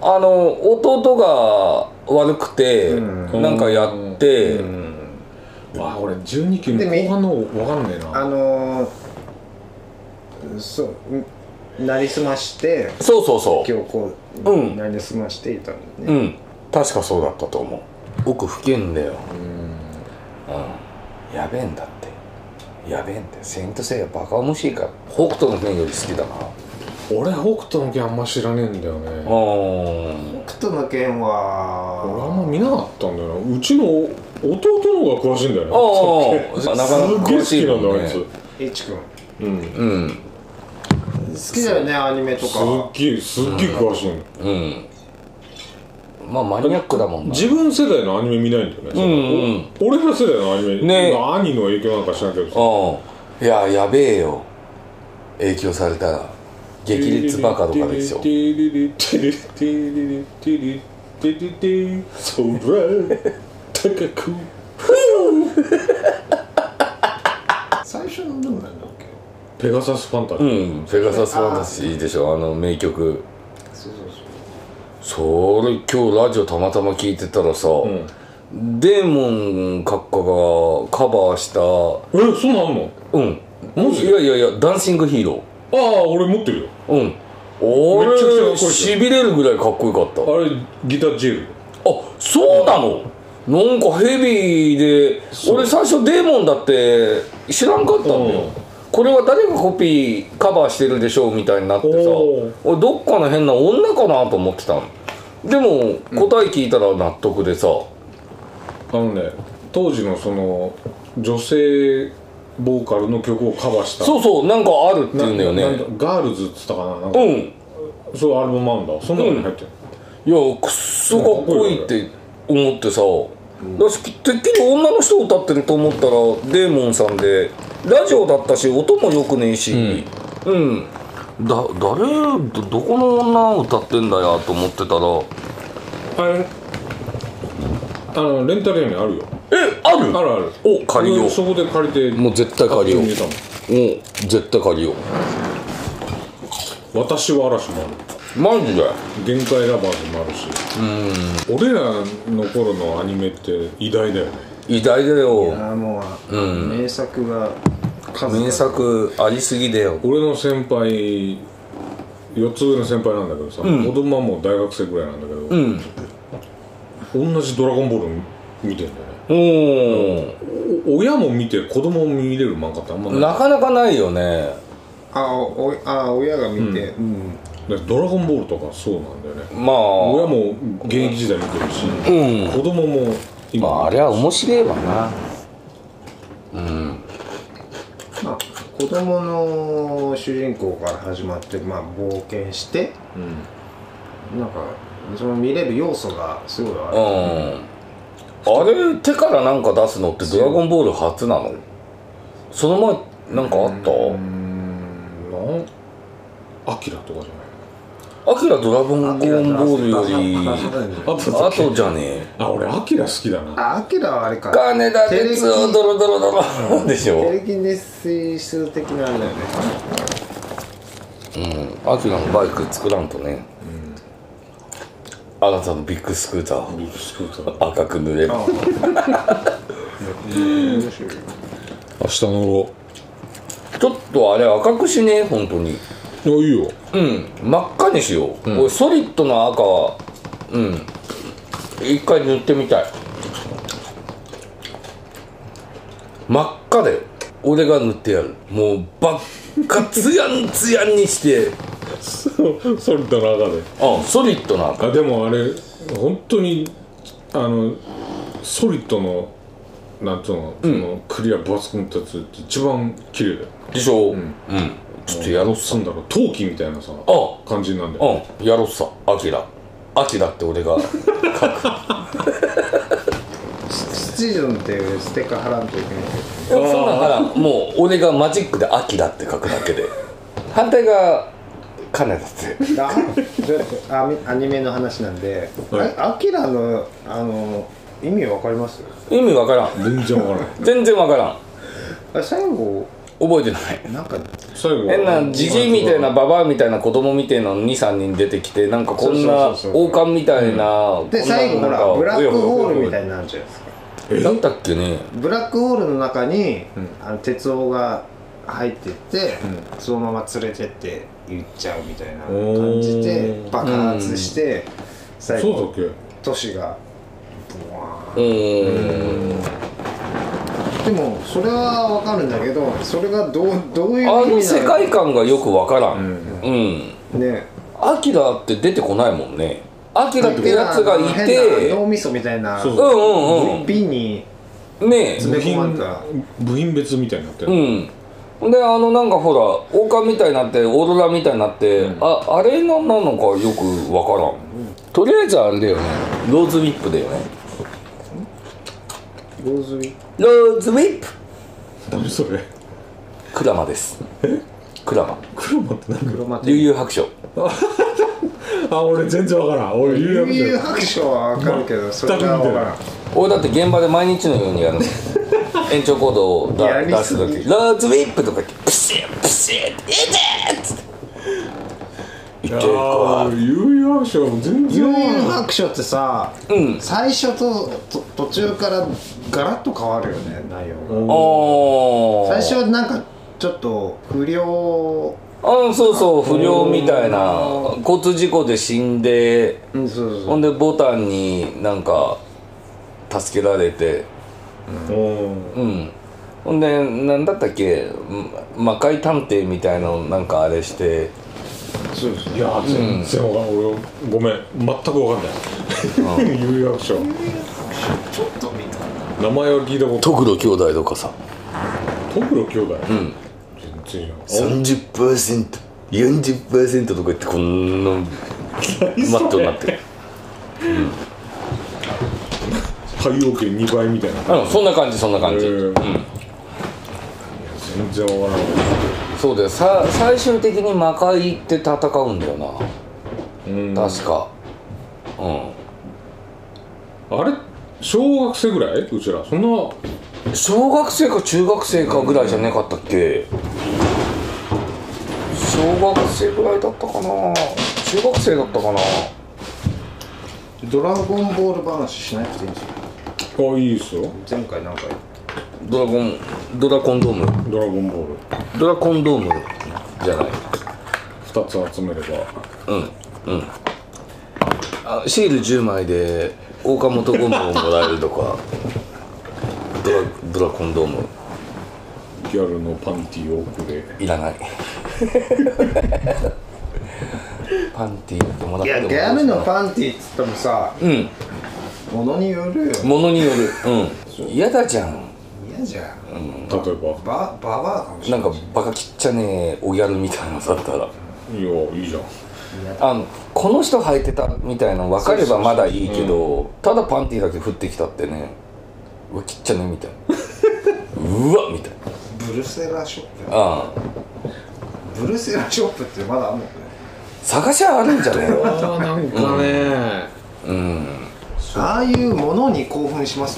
A: あの弟が悪くて
B: うん
A: なんかやって
C: わあ俺12球の
B: でみ
C: 後半の分かんねえ
B: あ
C: な
B: のーそうんなりすまして
A: そうそうそ
B: 教皇
A: うん
B: になりすましていたんだよね
A: ううん確かそうだったと思う奥吹けんだようんやべえんだってやべえんだよセイントセイヤバカ面白いから北斗の拳より好きだな
C: 俺北斗の拳あんま知らねえんだよね
A: うん
B: 北斗の拳
C: 俺あ
B: は
C: んま見なかったんだよなうちの弟の方が詳しいんだよね
A: ああなかなか詳
C: す
A: し
C: っ
A: い
C: げえ
A: も
C: 好きなんだよあ
A: ん
C: い
A: ね
C: つ
B: いちくん好
C: うん
A: うん
B: きだよねアニメと
C: すっ
B: か
C: げえすっげえ詳しいの
A: うんまあマニアックだもんな
C: 自分世代のアニメ見ないんだよね、
A: うんうん
C: お俺ら世代のアニメ、
A: ねえ
C: まあ兄の影響なんか知らんけどさ
A: うんいややべえよ影響されたら激烈バカとか ですよ
C: ティリリティリリティリリティリティリティリ空高く
B: 最初のどうなんだっけ
C: ペガサスファンタジ
A: う
C: ー、
A: んペガサスファンタジーでしょあの名曲
B: そうそうそ
A: それ今日ラジオたまたま聞いてたらさ、
C: ん
A: デーモン閣下がカバーした
C: えそんなんあんの
A: うん
C: マジ
A: いやいやいやダンシングヒーロ
C: ああ俺持ってるよ
A: ーうん
C: めちゃくちゃかっこいい
A: 俺
C: じゃん
A: しびれるぐらいかっこよかった
C: あれギタージェル
A: あそうなの、なんかヘビーで俺最初デーモンだって知らんかったんだよ、
C: うん
A: これは誰がコピーカバーしてるでしょうみたいになってさ
C: おー
A: 俺どっかの変な女かなと思ってたのでも答え聞いたら納得でさ、
C: あのね当時のその女性ボーカルの曲をカバーした
A: そうそうなんかあるって言うんだよね
C: ななんだガールズっつったかななんか
A: うん
C: そういうアルバムあるんだその中に入ってる、
A: いやくっそかっこいいって思ってさ、だしてっきり女の人歌ってると思ったらデーモンさんでラジオだったし音もよくねえしうん、だ誰どどこの女歌ってんだよと思ってたら
C: あれあのレンタル屋にあるよ
A: えある
C: あるある
A: お借りよう
C: 俺そこで借りて
A: もう絶対借りよう
C: 勝手に入れたもん
A: お絶対借りよ
C: 私は嵐もある
A: うマジで
C: 限界ラバーズもあるし俺らの頃のアニメって偉大だよね
A: 偉大だ
B: う
A: よ
B: ああもう、名作が数々
A: 名作ありすぎだよ
C: 俺の先輩4つ上の先輩なんだけどさ、子供はもう大学生ぐらいなんだけど、
A: うん
C: 同じ「ドラゴンボール」見てんだよ
A: おー
C: ねお親も見て子供も見れる漫画ってあんまない
A: なかなかないよね
B: あおあ親が見て、うん
C: だからドラゴンボール」とかそうなんだよね
A: まあ
C: 親も現役時代見てるし、
A: うん
C: 子供も今、
A: まああれは面白いわな
B: まあ、子供の主人公から始まって、まあ、冒険して
C: うん
B: なんかその見れる要素がすごいあ
A: う
B: る
A: んあれ手からなんか出すのって「ドラゴンボール」初なのその前なんかあった
C: うんなんアキラとかじゃない
A: 「アキラドラゴンボール」より
C: あと
A: あとじゃね
C: あ俺アキラ好きだな
B: あアキラはあれ
A: え
B: か
A: 金田哲夫ドロドロドロでしょ
B: テレキネシス的なあれだよね
A: アキラのバイク作らんとねあなたのビッグスクーター
C: ビッグスクーター
A: 赤く塗れる
C: 明日乗
A: ちょっとあれ赤くしねえ本当に
C: ろういやいいよ
A: うん真っ赤にしよう、俺ソリッドの赤はうん一回塗ってみたい真っ赤だよ俺が塗ってやるもうばっかツヤンツヤンに して
C: ソリッドの赤で
A: あソリッドの赤
C: あでもあれ本当にあのソリッドのなんつうの,、そのクリア分厚くなったやつって一番綺麗だよ
A: でしょうん、ちょっとやろっさ
C: なんだろう陶器みたいなさ
A: あ
C: 感じになんだよ
A: うんやろっさアキラアキラって俺 が
B: 七ンっていうステッカー貼らんといけない
A: そんなんからもう俺がマジックで「アキラ」って書くだけで反対がカネだって
B: あちょっとアニアニメの話なんで、
C: はい
B: あアキラのあの意味わかります
A: 意味わからん
C: 全然わからない
A: 全然わからん
B: あ最後
A: 覚えてない
B: なんか
C: 最後
A: 変なじじいみたいな
C: バ
A: ババアみたいな子供みたいなの23人出てきてなんかこん
B: そ
A: な
B: うそうそうそう
A: 王冠みたいな、こんな
B: で最後ほ
A: なん
B: ら
A: か
B: ブラックホールみ
A: い
B: たいになるじゃないですか
A: だったっけね
B: ブラックホールの中に、あの鉄夫が入ってって、そのまま連れてって言っちゃうみたいな感じで
C: おー
B: 爆発して、最
C: そうだ
B: 後
C: っけ
B: 都市がブワ
A: うーん
B: ーンでもそれはわかるんだけどそれがどうどういう意味
A: あ
B: なの
A: の世界観がよくわからんうん
B: ね
A: アキラって出てこないもんねアキラってやつがい
B: 変
A: て
B: な
A: う
B: 脳みそみたいな
C: そう
B: 瓶
A: んうん
B: に
A: うんねえ
B: 詰
C: 部
B: め込まれ
C: 品
B: た
C: 部品別みたいになってる、
A: うんであのなんかほら王冠みたいになってオーロラみたいになって、ああれなんなのかよくわからん、とりあえずあれだよねローズウィップだよね
B: ローズウィ
A: ローズウィップ
C: 何それ
A: クラマですクラマ
C: クロマって何
B: 黒マテ
A: 悠々白書
C: あ俺全然わからん俺留学
B: 悠
C: 生
B: 々白書はわかるけどそれが分からん
A: 俺だって現場で毎日のよう にやるの延長コードをだ
B: やり
A: 出
B: す
A: す
B: ぎ
A: 時ローズウィップとか言ってプシュップシュッ痛いっつって痛
C: あ
A: い
C: あ
A: か
C: ー有用者も全
B: 幽
C: 然
B: 遊白書ってさ、
A: ん
B: 最初とと途中からガラッと変わるよね内容が、
A: お
B: 最初はなんかちょっと不良
A: うんそうそう不良みたいな交通事故で死んで
B: うんそう
A: ほんでボタンになんか助けられて
C: うん
A: うんほんでなんだったっけん魔界探偵みたいのなんかあれして
B: そうそう
C: いや全然わかんない俺ごめん全くわか んない有用者
B: ちょっと見た
C: 名前は聞いたこと
A: 徳野兄弟とかさ
C: トグロ兄弟うん全然知らん
A: 30%40% とか言ってこんなマットになってる
C: 太陽圏2倍みたいな
A: うんそんな感じそんな感じ、
C: えー全然わからない
A: そうだよさ最終的に魔界行って戦うんだよな、確かう
C: あれ小学生ぐらいうちらそんなも
A: ん小学生か中学生かぐらいじゃなかったっけ小学生ぐらいだったかな中学生だったかな
B: ドラゴンボール話しなくていいんですよ
C: ういいですよ
B: 前回なんか言っ
A: ドラゴンドラコンドーム
C: ドラゴンボール
A: ドラコンドームじゃない
C: 2つ集めれば
A: あシール10枚で大岡本ゴムをもらえるとかドラドラコンドーム
C: ギャルのパンティーをくれ
A: い らないパンティーってもら
B: た
A: っ
B: い
A: て
B: や
A: も
B: ギャルのパンティーっつってもさ
A: うん
B: ものによるよ
A: ものによるうん嫌だじゃん
B: 嫌じゃん
C: 例えば
B: バババアかもしれ
A: なんかバカきっちゃねえおギャルみたいなのだったら
C: いやいいじゃん
A: あのこの人履いてたみたいなの分かればまだいいけどただパンティーだけ降ってきたってねうわきっちゃねえみたいなうわみたいな
B: ブルセラショップ
A: ああ
B: ブルセラショップってまだあんのかね
A: 探しゃあるんじゃねえの
C: あなんかね、
B: ああいうものに興奮します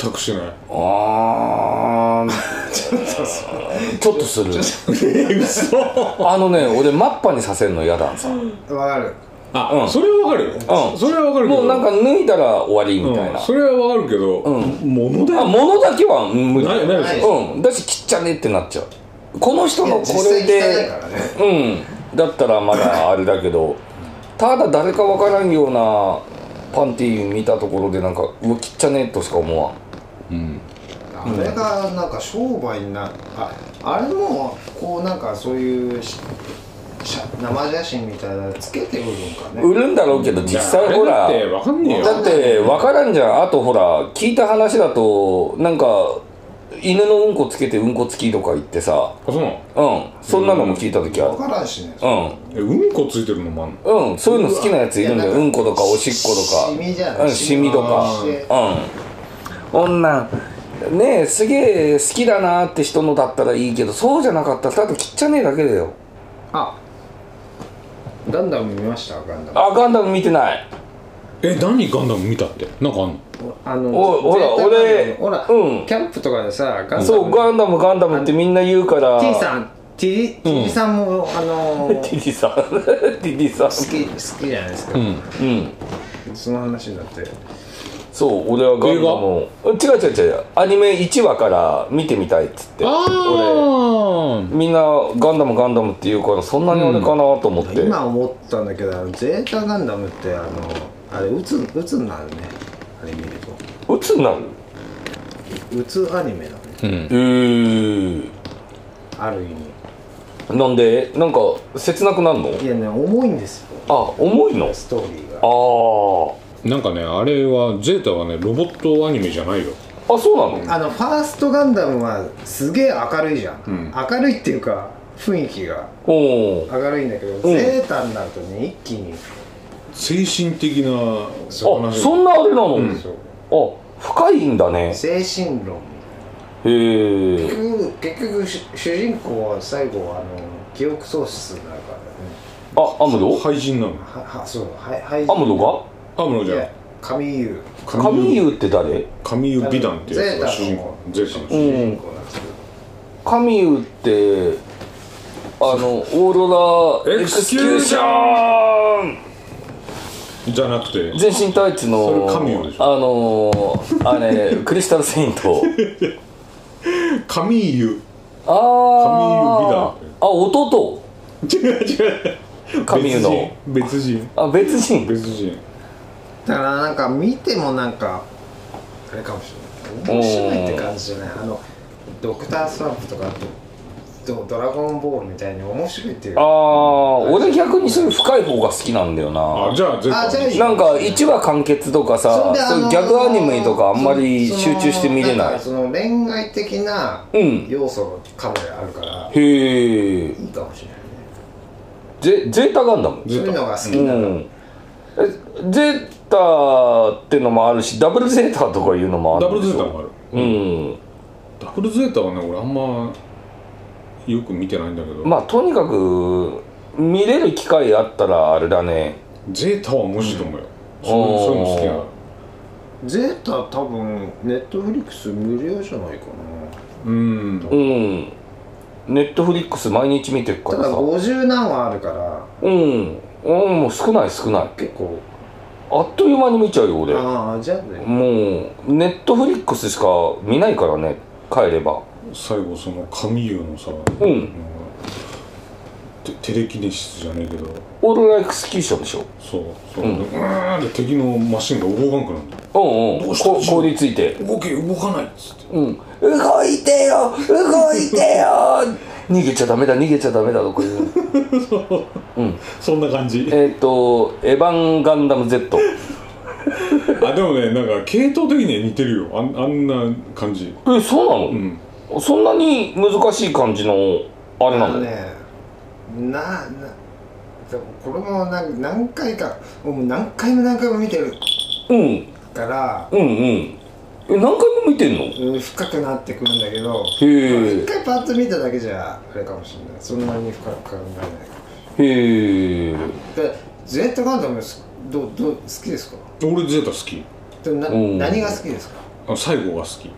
C: 全くしない
A: あーちょっとするあのね俺マッパにさせるの嫌ださ
B: わかる
C: あ、
A: うん
C: それはわかるよ、
A: ん
C: それはわかるけど
A: もうなんか脱いだら終わりみたい
C: うん
A: な、
C: それはわかるけど、物だ
A: あ
C: よ
A: 物だけは無理
C: ないないでしょ
A: うんだし切っちゃねえってなっちゃうこの人のこれ
B: いや実際汚い
A: で
B: からね
A: うんだったらまだあれだけどただ誰かわからんようなパンティー見たところでなんかうわ切っちゃねえとしか思わん
B: あれがなんか商売になるああれもこうなんかそういうし写生写真みたいなのつけて売るんかね
A: 売るんだろうけど実際ほら
C: あれだってわかんねえよ
A: だって分からんじゃんあとほら聞いた話だとなんか犬のうんこつけてうんこつきとか言ってさ
C: あそうなの
A: うんそんなのも聞いた時
B: わ
A: は
B: からんしね
A: う
C: えうんこついてるのもあんの
A: んうんそういうの好きなやついるんだよ
B: う
A: う
B: わ
A: んことかおしっこと
B: シミじゃ
A: か
B: ん
A: うんシミとかうん女ねえすげえ好きだなって人のだったらいいけどそうじゃなかったらただ切っちゃねえだけだよ
B: あガンダム見ましたガンダム
A: あガンダム見てない
C: え何ガンダム見たってなんかあんの
B: あの
A: おほら
B: 絶対ガンダム
A: 俺
B: ほら、
A: うん
B: キャンプとかでさガンダ
A: そ
B: ム
A: うガンダムガンダムってみんな言うから
B: T さん T, T さんも、あの 好
A: ティディさんティディさん
B: き好きじゃないですか、
A: うん
B: その話になって
A: そう俺はガンダムをうん違う違う違うアニメ1話から見てみたいっつって俺
C: あ
A: みんなガンダムガンダムって言うからそんなにあれかなと思って、
B: 今思ったんだけどあのゼータガンダムってあのあれうつうつになるねあれ見ると
A: 鬱になる
B: うつアニメだね
A: えー、
B: ある意
A: なんでなんか切なくなるの
B: 味いやね重いんですよ
A: あ重いの
B: ストーリーが
A: あ
C: なんかねあれはゼータはねロボットアニメじゃないよ
A: ああそうなの
B: あのファーストガンダムはすげえ明るいじゃん、明るいっていうか雰囲気が
A: おお
B: 明るいんだけど、
A: ん
B: ゼータになるとね一気に
C: 精神的なお
A: あ
C: 話
A: そんなあれなの、
C: ん
A: あ深いんだね
B: 精神論
A: へえ
B: 結局結局主主人公は最後はあの記憶喪失だからね
A: あアムド
C: 廃人なの
B: ははそうはいはい
A: アムド
C: アムロ
B: い
C: じゃな
B: や
C: い
B: 神優
A: がカミーユって誰
C: 神湯美談っていうやつが主人公ゼータ
B: 主
C: の
B: 人公なんですけど、
A: カミーユってあのオーロラ
C: エクスキューショ
A: ン
C: じゃなくて
A: 全身タイツの
C: それカミーユでし
A: あのーあれ クリスタルセイント
C: 神湯
A: ああ
C: カミーユ美
A: あ弟
C: 違う違う
A: 神湯の
C: 別人
A: あ別人
C: 別人別人
B: だからなんか見てもなんかあれかもしれない面白いって感じじゃないあのドクタースランプとかドドラゴンボールみたいに面白いっていう
A: ああ俺逆にそういう深い方が好きなんだよな
C: あじゃあゼー
B: あじゃあいい
A: なんか1話完結とかさ
B: であ
A: そうい
B: の
A: うギャグアニメとかあんまり集中して見れ
B: その
A: なん
B: か
A: い
B: その恋愛的な
A: うん
B: 要素がかなりあるから
A: へえ
B: いいかもしれないね
A: ゼゼータガンダム
B: そういうのが好き
A: う
B: な、
A: んえゼータってのもあるしダブルゼータとかいうのもある
C: ダブルゼータ
A: も
C: もある
A: うん
C: ダブルゼータはね俺あんまよく見てないんだけど、
A: まあとにかく見れる機会あったらあれだね
C: ゼータは面白いと思うよ、
A: おー
C: そうそういうの好
B: ゼータ多分ネットフリックス無料じゃないか
C: きなうん
A: うんネットフリックス毎日見てる
B: な
A: か
B: た
A: ら
B: だ
A: さうん
B: 50何話あるから
A: うんもう少ない少ない
B: 結構
A: あっという間に見ちゃうよ俺も
B: ああじゃあね
A: うネットフリックスしか見ないからね帰れば
C: 最後その神優のさ、
A: うん
C: テテレキネシスじゃねえけど
A: オーロラエクスキューションでしょ
C: そうそう、
A: う
C: うんーんって敵のマシンが動かんくなるんだよ
A: うんう
C: ど
A: ん
C: うした
A: こ凍りついて
C: 動け動かないっつって
A: うん、動いてよ動いてよ 逃げちゃダメだ逃げちゃダメだとか言う
C: そんな感じ
A: えっと「エヴァンガンダム Z」
C: あでもねなんか系統的には似てるよあんあんな感じ
A: えそう
C: う
A: なの、
C: ん
A: そんなに難しい感じのあれな
B: あ
A: の、
B: のねななでもこれも何何回かもう何回も何回も見てる
A: うん
B: から
A: うんうんえ何回も見てんの
B: うん深くなってくるんだけど
A: へ
B: 一回パッと見ただけじゃあれかもしれないそんなに深く考えない
A: えへえ
B: で Z ガンダムすどうどう好きですか
C: 俺ゼータ好き
B: でな
A: うん
B: 何が好きですか
C: あ最後が好き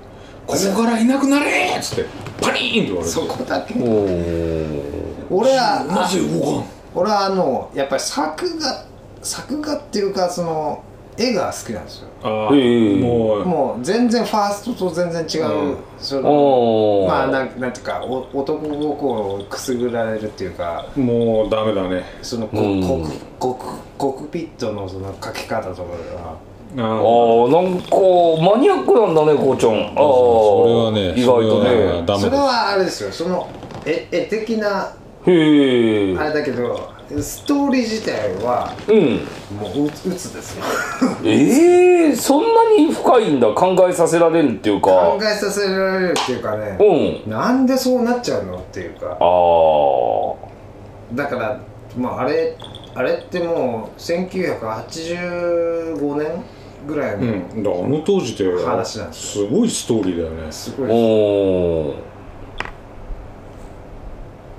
C: ここからいなくなれっつってパリーンって言われて
B: そこだけ
A: おー
B: 俺は
C: なぜ動かん
B: 俺はあのやっぱり作画作画っていうかその絵が好きなんですよ
C: ああ、
A: ええ
C: もう
B: もう全然ファーストと全然違う、
C: うん
B: その
A: おー
B: まあなんなんていうかお男心をくすぐられるっていうか
C: もうダメだね
B: その
A: う
B: こ
A: ん
B: コクコクコクピットのその描き方とかが
C: あー
A: あーなんかマニアックなんだねこうちゃんああ
C: それはね
A: 意外と
C: それは
A: ね
C: ダメ
B: それ
C: だ
B: はあれですよその絵絵的な
A: へえ
B: あれだけどストーリー自体は
A: うん
B: もううつうつですよ
A: ええそんなに深いんだ考えさせられるっていうか
B: 考えさせられるっていうかね
A: うん
B: なんでそうなっちゃうのっていうか
A: ああ
B: だから、まあ、あれあれってもう1985年ぐらいうの、
C: ん、だからあの当時って
B: 話なんです
C: ごいストーリーだよね
B: すごい、
A: おー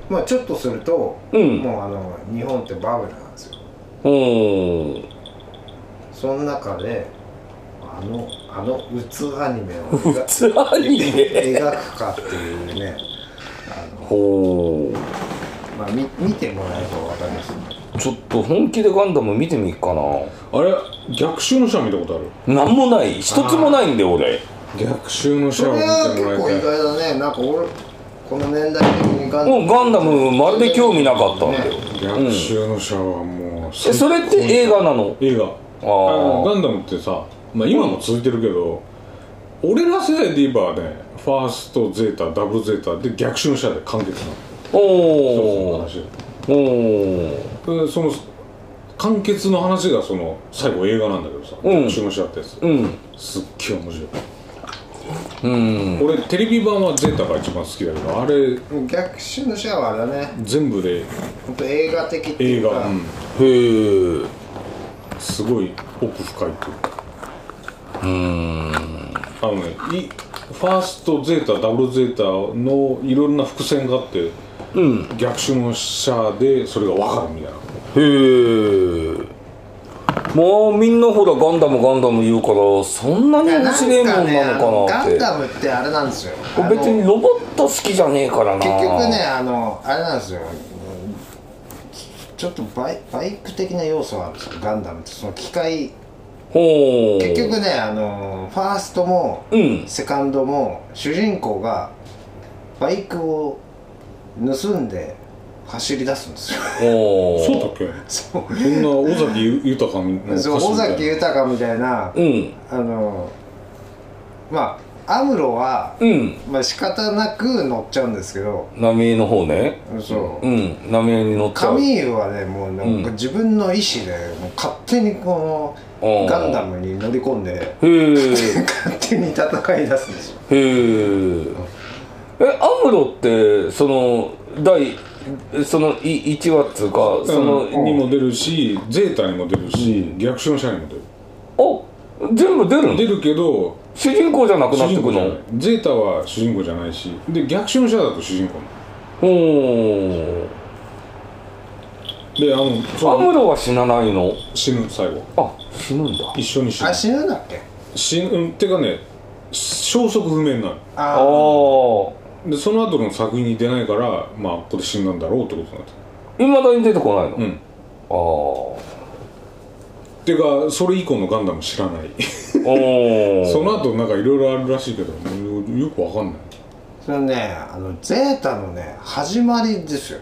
B: まあ、ちょっとすると、
A: うん
B: もうあの日本ってバブルなんですよ
A: おー
B: その中であのあのうつアニメ を描
A: つらいね
B: 描くかっていうね、
A: ほう
B: まあ、み見てもらえば分かります
A: ちょっと本気でガンダム見てみっかな
C: あれ逆襲のシャア見たことある
A: なんもない一つもないんで俺
C: 逆襲のシ
B: そ
C: ャア
B: れは
C: 見て
B: 結
C: も
B: 構意
C: らいたい
B: 外だねなんか俺この年代的にガン
A: もうガンダムまるで興味なかったんだよ
B: ね
C: 逆襲のシャアはもう
A: えそれって映画なの
C: 映画
A: あ
C: あの
A: ー
C: ガンダムってさ、まあ、今も続いてるけど、俺ら世代で言えばねファーストゼータダブルゼータで逆襲のシャアで完結なの
A: お
C: そ
A: ー
C: うそう
A: おー
C: 話でその完結の話がその最後映画なんだけどさ、
A: うん
C: 逆襲のシャアってやつ
A: うん
C: すっげえ面白い
A: うん
C: 俺テレビ版はゼータが一番好きだけどあれ
B: 逆襲のシャワーだね
C: 全部で
B: 本当映画的ってい
C: 映
B: うか
C: 画、うん
A: へえ
C: すごい奥深いというかあのねいファーストゼータダブルゼータのいろんな伏線があって、逆襲の者でそれが分かるみたいな
A: へえもうみんなほらガンダムガンダム言うからそんなに面白いもんなのかな
B: ガ
A: って
B: ンダムってあれなんですよあの
A: 俺別にロボット好きじゃねえからな
B: 結局ねあのあれなんですようんちょっとバイバイク的な要素はあるんですよガンダムってその機械
A: ほう
B: 結局ねあのファーストも
A: うん
B: セカンドも主人公がバイクを盗んで走り出すんですよ
A: ほう
C: そうだっけ
B: そう
C: そんな尾崎豊の歌詞
B: そう尾
C: みたいな
B: 崎豊みたいな
A: うん
B: あのまあアムロは、
A: うん
B: まあ仕方なく乗っちゃうんですけど
A: 浪江の方ね
B: そう
A: う、ん浪江に乗っちゃ
B: カ
A: う
B: ミーユはねもうなん
A: う
B: か
A: ん
B: 自分の意思でもう勝手にこ
A: うん
B: のガンダムに乗り込んで
A: へえ
B: 勝手に戦い出すんですよ
A: へええアムロってその第そのい1話っつうかその、
C: うんにも出るしゼータにも出るし、逆襲の者にも出る
A: あ全部出るの
C: 出るけど
A: 主人公じゃなく
C: 主
A: なって
C: 人公
A: く
C: じゃない
A: の
C: ゼータは主人公じゃないしで逆襲の者だと主人公なの
A: ほー
C: であの
A: アム
C: そう
A: ロは死なないの
C: 死ぬ最後
A: あ死ぬんだ
C: 一緒に死ぬ
B: あ死ぬんだっけ
C: 死ぬうんてかね消息不明になる
B: あ
A: ああー
C: でその後の作品に出ないからまあここで死んだんだろうってことになって
A: いまだに出てこないの、
C: るう
A: あ
C: ん
A: あお
C: てかそれ以降のガンダム知らない
A: ー
C: その後なんかいろいろあるらしいけどよよくわかんない
B: そのねあのゼータのね始まりですよ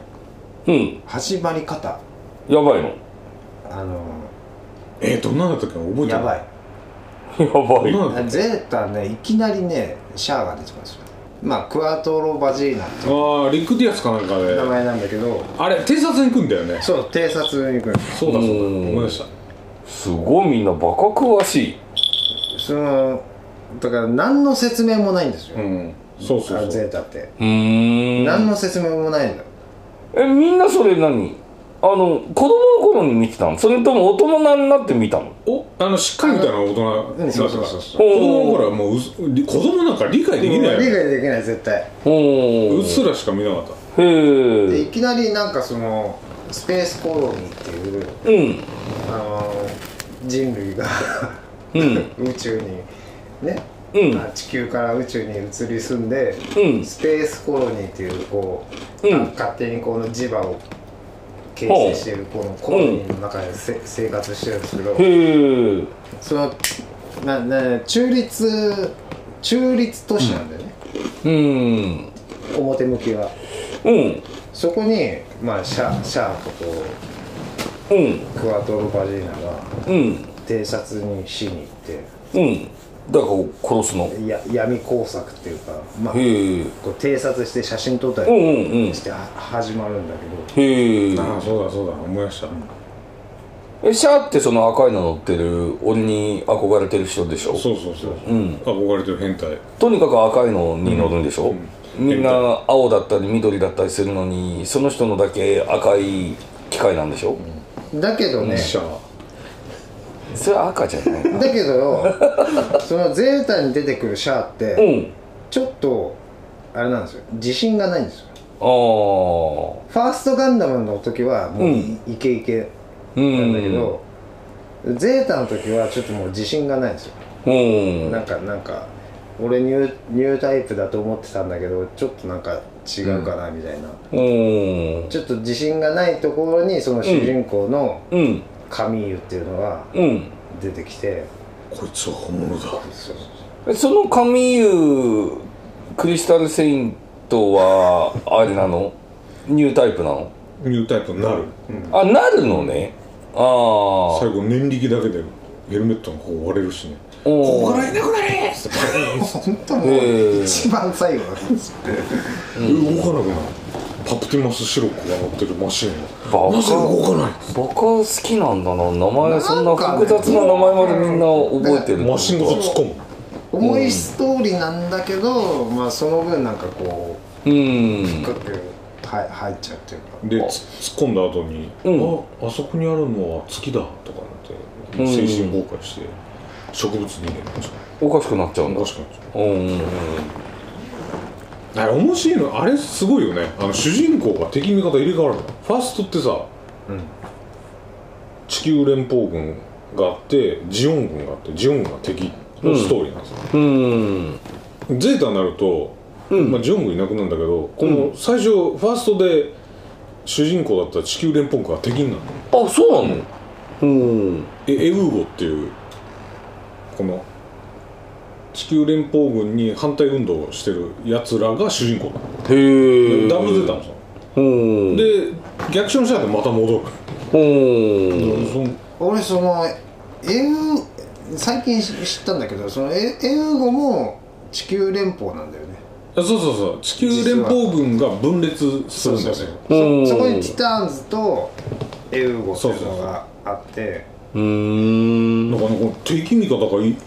A: うん
B: 始まり方
A: やばいの
B: あの
C: えー、どんなんだったっけ覚えてない
B: やばい
A: やばい
C: どんなんだったっけ
B: ゼータねいきなりねシャアが出てますよまあクワトロバジーナって
C: ああリック・ディアスかなんか
B: いう
C: で
B: 名前なんだけど
C: あれ偵察に行くんだよね
B: そう偵察に行くんです
C: そうだそうだ
A: うん
C: 思い出した
A: すごいみんなバカ詳しい
B: そのだから何の説明もないんですよ、
C: うんそうそう
B: あの
C: そう
B: ゼータって、
A: うーん
B: 何の説明もないんだ
A: えみんなそれ何あの子供の頃に見てたのそれとも大人になって見たの
C: おあのしっかりみたいな大人
B: うんそうそうそう
C: 子
B: そう
A: おー
C: 供の頃はもううすり子供なんか理解できない
B: 理
C: よ
B: 解できない絶対
A: ほ
C: うっすらしか見なかった
A: へ
B: で
A: え
B: いきなりなんかそのスペースコロニーっていう、
A: うん
B: あのー人類が
A: うん
B: 宇宙にね、
A: うん
B: まあ地球から宇宙に移り住んで、
A: うん
B: スペースコロニーっていうこう、
A: うん
B: 勝手にこの磁場を形成しているこのコロニーの中でせ、生活してるんですけど、
A: へえ
B: そのなな中立中立都市なんだよね、
A: うん
B: 表向きは
A: うん
B: そこにまあシャシャアとこ
A: うん
B: うクワトロバジーナが
A: うん
B: 偵察にしに行っ
A: うん誰かを殺すの
B: てや闇工作っていうかまあ
A: へえ
B: こう偵察して写真撮った
A: うん
B: り
A: うんうん
B: しては始まるんだけど
A: へえ
C: ああそうだそうだ思い出した
A: えシャーってその赤いの乗ってる俺に憧れてる人でしょ
C: そうそうそう
A: うん
C: 憧れてる変態
A: とにかく赤いのに乗るんでしょ、
C: うん
A: みんな青だったり緑だったりするのにその人のだけ赤い機械なんでしょ、
B: だけどね
C: シャア
A: それは赤じゃないな
B: だけ どそのゼータに出てくるシャアっ
A: う
B: て
A: ん
B: ちょっとあれなんですよ自信がないんですよ
A: ああ
B: ファーストガンダムの時はもういイケイケ
A: うん
B: なんだけど、ゼータの時はちょっともう自信がないんですよ、
A: うん
B: なんかなんか俺ニューニュータイプだと思ってたんだけどちょっとなんか違うかなみたいな、
A: うん
B: ちょっと自信がないところにその主人公の
A: うん
B: カミーユっていうのが
A: うん
B: 出てきて、
C: こいつは本物だ
B: そうそうそう
A: えそのカミーユクリスタルセイントはあれなのニュータイプなの
C: ニュータイプになる
A: あなるのねああ
C: 最後念力だけでヘルメットのこう割れるしね
A: ここ
C: いなくなれ
B: 本当も
A: へえ
B: う一番最後なんですよ
C: 動かなくなるパプティマスシロックが乗ってるマシン
A: バ
C: が
A: カ
C: なぜ動かない
A: 僕は好きなんだな名前そんな
B: なんかね
A: 複雑な名前までみんな覚えてる
C: マシンごと突っ込む
B: 重いストーリーなんだけど、まあその分なんかこう
A: うん
B: 深くは入っちゃうっていうか
C: でつ突っ込んだ後に、
A: う
C: ああそこにあるのは月だとかな
A: うん
C: んて精神崩壊して植物人間になっちゃ
A: おかしくなっちゃう
C: うん
A: だ
C: おかしくなっちゃ
A: うんうんうん
C: うあれ面白いのあれすごいよねあの主人公が敵味方入れ替わるのファストってさ、地球連邦軍があってジオン軍があってジオン軍が敵のストーリーなんですよ、
A: うん
C: ゼータになると、まあ、ジョングいなくなるんだけどこの最初、ファーストで主人公だった地球連邦軍が敵になる
A: あそうなのうん
C: えエウーゴっていうこの地球連邦軍に反対運動をしてるやつらが主人公なの
A: へえ
C: ダブルゼータなんですよ
A: うん
C: で逆襲したらまた戻る、
A: うん
C: そん
B: 俺その英語最近知ったんだけどその英語も地球連邦なんだよね
C: そうそうそう地球連邦軍が分裂するんだよね
A: うん
B: そそこにティターンズとエウゴっていうのがあって
A: うん
C: なんかねこの敵味方がい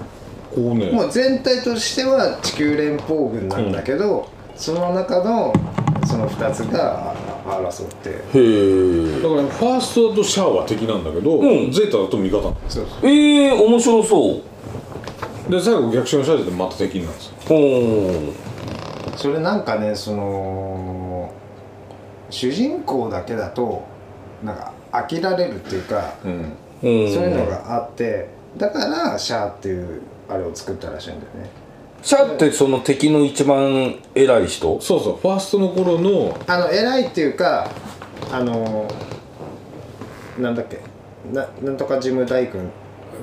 C: こうね
B: もう全体としては地球連邦軍なんだけど、その中のその2つがあ争って
A: へえ
C: だからねファーストだとシャアは敵なんだけど、
A: うん
C: ゼータだと味方なんです
B: そう
A: ええ面白そう
C: で最後逆襲のシャアでまた敵になるんですよ
A: うん
B: それなんかねその主人公だけだとなんか飽きられるっていうか、
C: うん
A: うん
B: そういうのがあってだからシャアっていうあれを作ったらしいんだよね
A: シャってその敵の一番偉い人
C: そうそうファーストの頃の
B: あの偉いっていうかあのなんだっけななんとかジム大君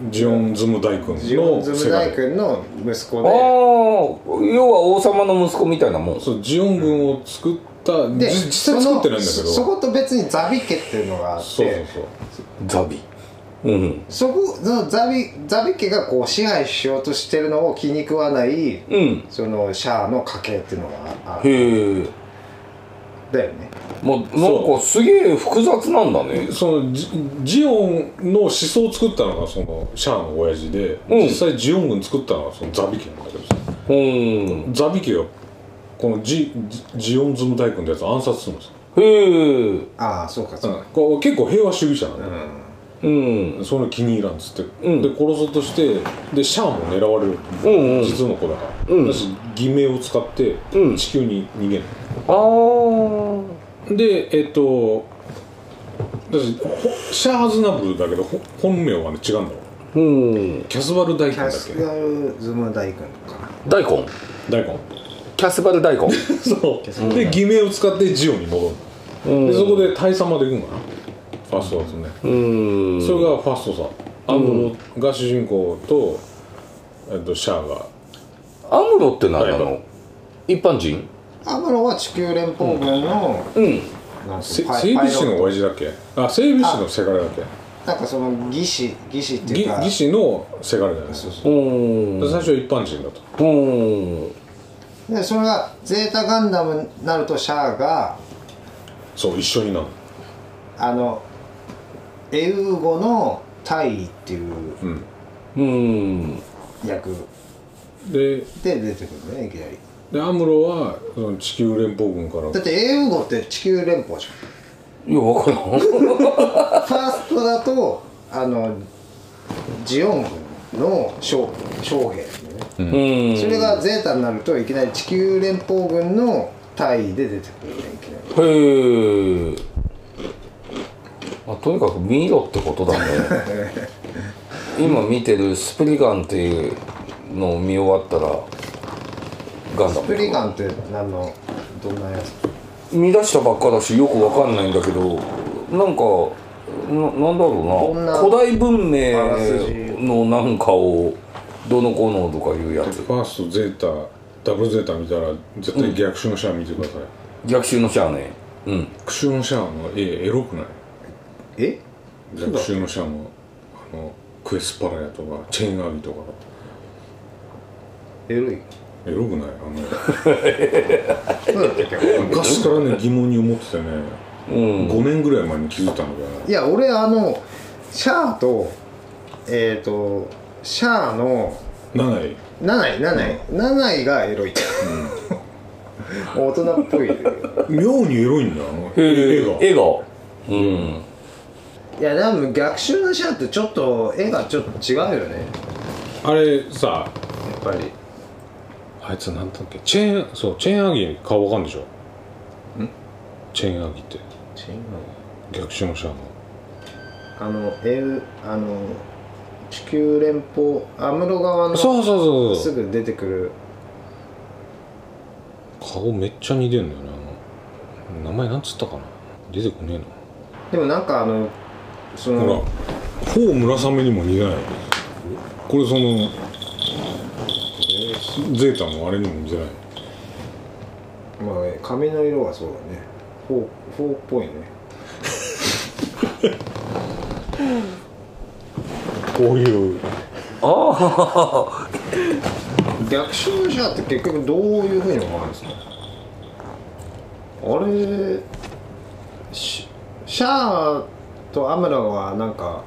C: ジオンズム大君の
B: ジオンズム大
C: 世界
B: 君の息子
A: ああ
B: で
A: 要は王様の息子みたいなもん
C: そうジオン軍を作った
B: で
C: じ実際作ってないんだけど
B: そのそそこと別にザビ家っていうのがあって
C: そうそうそう
A: ザビうん
B: そこそのザビザビ家がこう支配しようとしてるのを気に食わない
A: うん
B: そのシャアの家系っていうのがああ
A: へえ
B: だよね
A: まなんかすげえ複雑なんだね
C: そのジジオンの思想を作ったのがそのシャアの親父で、
A: うん
C: 実際ジオン軍作ったのがそのザビ家なんだけどさ
A: うん
C: ザビ家がこのジジジオンズム大君のやつを暗殺するんですよ、
A: へえ
B: ああそうかそうか、
C: こう結構平和主義者なんだよ、
A: うん
C: その気に入らんっつって、
A: うん
C: で殺そうとしてでシャアも狙われる、
A: うんうん
C: 実の子だから、
A: うん
C: だし偽名を使って
A: うん
C: 地球に逃げる、
A: ああ
C: でえっとだしほシャア・アズナブルだけどほ本名はね違うんだよ
A: うん
C: キャスバル大根
B: キ
C: だっ
B: ャス
C: け
B: ガルズム大君かな
A: 大根
C: 大根
A: キャスバル大根
C: そうで偽名を使ってジオに戻る、でそこで大佐まで行くんかなファーストだとね、
A: うん
C: それがファーストさアンドロが主人公と、えっと、シャアが
A: アムロって何なの一般人
B: アムロは地球連邦軍の、
A: うん
B: なんか
C: せ
B: パイ
C: 整備士
B: パイロッ
C: の
B: ト
C: 親父だっけあ整備士のせがれだっけ
B: なんかその技師技師って
C: ぎ
B: いうか
C: 技師のせがれじゃないですか
A: うん
C: 最初一般人だと
A: うん
B: でそれがゼータガンダムになるとシャアが
C: そう一緒になる
B: あのエウゴの大尉っていう
C: うん
A: うん
B: 役
C: で
B: で出てくるねいきなり
C: でアムロはその地球連邦軍から
B: だってエウゴって地球連邦じ
A: いやわからん
B: ゃんファーストだとあのジオン軍の将将兵だよね
A: うん
B: それがゼータになるといきなり地球連邦軍の大尉で出てくるねいきなり
A: へえ、まあ、とにかく見ろってことだね今見てるスプリガンっていうのを見終わったらガンダ
B: プリ
A: ム
B: ガンって何のどんなやつ
A: 見出したばっかだしよくわかんないんだけどなんかななんだろ
B: ど
A: うんな
B: な
A: 古代文明
B: あらすじ
A: のなんかをどのこうのとかいうやつ
C: ファーストゼータダブルゼータ見たら絶対逆襲のシャア見てください、
A: 逆襲のシャアねうん
C: 逆襲のシャアの絵エロくない
B: え
C: 逆襲のシャアのあのクエスパラやとかチェーンアビとか
B: エロい
C: エロくないあ
B: そうだったっけ
C: の 昔からね疑問に思っててね、
A: うん
C: 5年ぐらい前に気づいたんだけどね
B: いや俺あのシャアとえっ、ー、とシャアの
C: 7位
B: 7位7位7位がエロいって 大人っぽい
C: 妙にエロいんだな
A: え
C: 絵
A: ー
C: が
A: 絵がうん
B: いやでも逆襲のシャアってちょっと絵がちょっと違うよね
C: あれさ
B: やっぱり
C: あいつなんだっけチェーンそうチェーンアギ顔わかんでしょチェーンアギって逆襲のシャアの
B: あのえあの地球連邦アムロ側の
C: そうそうそ
B: す
C: う
B: ぐ出てくる
C: 顔めっちゃ似てんだよねあの名前なんつったかな出てこね
B: で
C: えな
B: もなんかあのそ
C: ほら
B: の
C: 頬村雨にも似てないこれそのゼータのあれにも似てない
B: まあ、髪の色はそうだねフォーフォーっぽいね
C: こういう
B: 逆襲のシャアって結局どういうふうに思われるんですかあれシシャアとアムラはなんか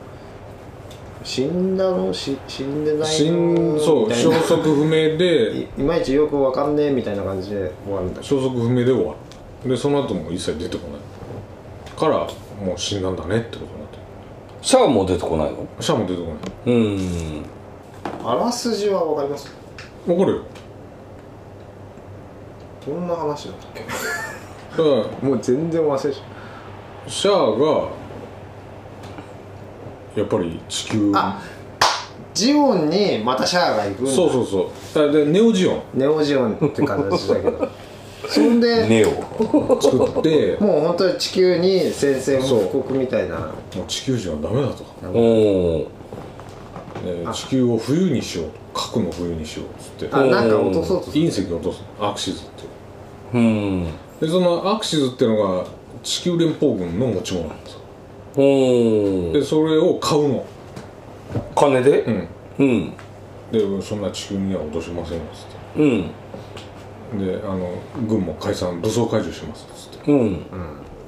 B: 死んだのし死んでないの
C: 死んそう
B: みたいな
C: 消息不明で
B: いいまいちよくわかんねえみたいな感じで終わるんだ
C: 消息不明で終わるでその後も一切出てこないからもう死んだんだねってことになってる
A: シャアも出てこないの
C: シャアも出てこない
A: うん
B: あらすじはわかります
C: わかるよ
B: どんな話だったっ
C: だから
B: けもう全然忘れちゃ
C: シャアがやっぱり地球
B: あジオンにまたシャアが行くんだ
C: そうそうそうだからでネオジオン
B: ネオジオンって形だけどそんで、
A: ネオ
C: 作って
B: もう本当に地球に宣戦
C: そう
B: 布告みたいな
C: もう地球人はダメだと、
A: おお
C: えー地球を冬にしよう核の冬にしようっつって
B: あなんか落とそうとする
C: 隕石を落とすアクシズっていう
A: うん
C: でそのアクシズっていうのが地球連邦軍の持ち物なんですよ
A: おお
C: でそれを買うの
A: 金で
C: うん
A: うん
C: でそんな地球には落としませんよっつっ
A: うん
C: てであの軍も解散武装解除しますっつって
A: うん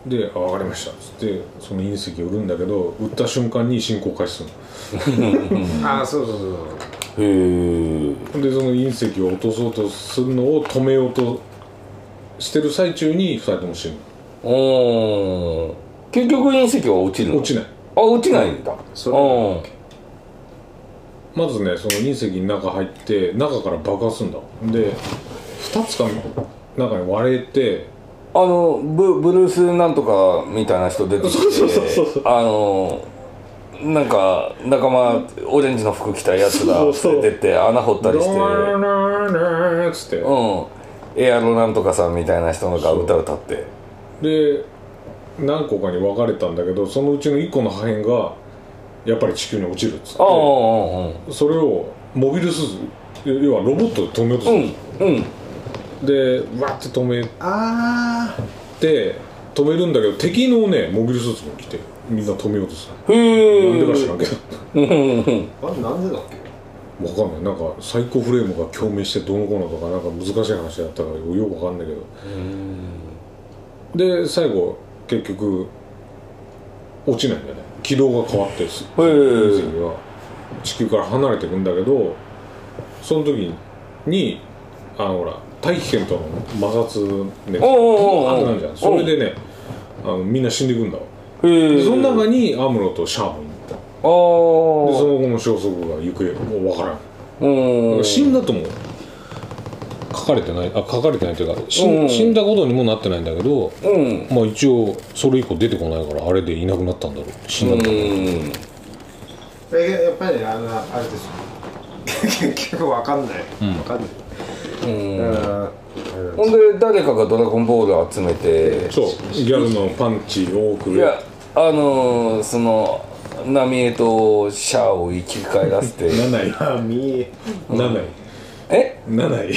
C: で「あ分かりました」っつってその隕石を売るんだけど売った瞬間に侵攻開始する
B: あそうそうそう
A: へえ
C: のでその隕石を落とそうとするのを止めようとしてる最中に2人とも死ぬ
A: おお結局隕石は落ちるの
C: 落ちない
A: あ落ちないんだ
B: それ
A: うん
C: まずねその隕石の中入って中から爆発するんだで2つかな中に割れて
A: あのブブルースなんとかみたいな人出てきてあのなんか仲間オレンジの服着たやつが
C: そうそう
A: 連れてって穴掘
C: 「
A: ったりして
C: ドラララ」っつって
A: うんエアロなんとかさんみたいな人のが歌歌って
C: で何個かに分かれたんだけどそのうちの1個の破片がやっぱり地球に落ちるっつって
A: ああうん
C: それをモビルスーツ要はロボットで止めようとす
A: う
C: る
A: んうん
C: でわーって止め
B: あ
C: て止めるんだけど敵のねモビルスーツも来てみんな止めようとするなんでか
A: へえ
C: 知らんけど
B: あれなんでだっ
C: わかんないなんかサイコフレームが共鳴してどうのこうのとかなんか難しい話だったからよくわかんないけどで最後結局落ちないんだよね軌道が変わってす
A: へー
C: 隕石が地球から離れていくんだけどその時にあのほら大気圏との摩擦ね
A: おうおうおう
C: あんなるじゃんそれでねあのみんな死んでいくんだわ
A: へ
C: で
A: え
C: その中にアムロとシャアもいるで
A: ああ
C: その後の消息が行方もうわからん
A: うん
C: 死んだとも書かれてないあ書かれてないというか死,、
A: うん
C: ん、死んだことにもなってないんだけど
A: うん
C: まあ一応それ以降出てこないからあれでいなくなったんだろう死んだんだろう
A: うん
B: けえやっぱりあのあれですよ 結局わかんない、わかんない
A: うん
B: あ
A: ほんで誰かがドラゴンボールを集めて
C: そうギャルのパンチを送
A: い
C: る
A: やあのー、その浪江とシャアを生き返らせ て
C: 7位
B: あ見え
C: 7位
A: え
C: 7位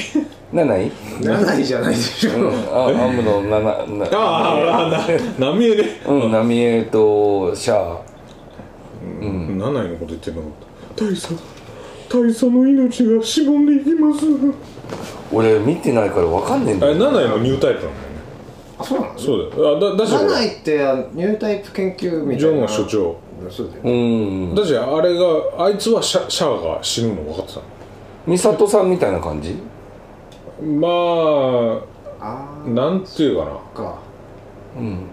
A: 七位
B: 7位じゃないでしょ、
A: あアムロ七な
C: ああ浪江ね
A: うん浪江とシャア
C: 7位のこと言ってなかった大佐大佐の命がしぼんでいきます
A: 俺見てないからわかんねえん
C: あ
A: だ
C: れ
A: よ
C: 7位もニュータイプなんだよね
B: あそうなの
C: そうだよあだだしほら
B: 7位ってあのニュータイプ研究みたいな
C: ジョンは所長
B: そうだよ
A: うん
C: だしあれがあいつはシャシャアが死ぬの分かってたの
A: 美里さんみたいな感じ
C: まあ
B: あ
C: なんていうかな
B: あか
A: うん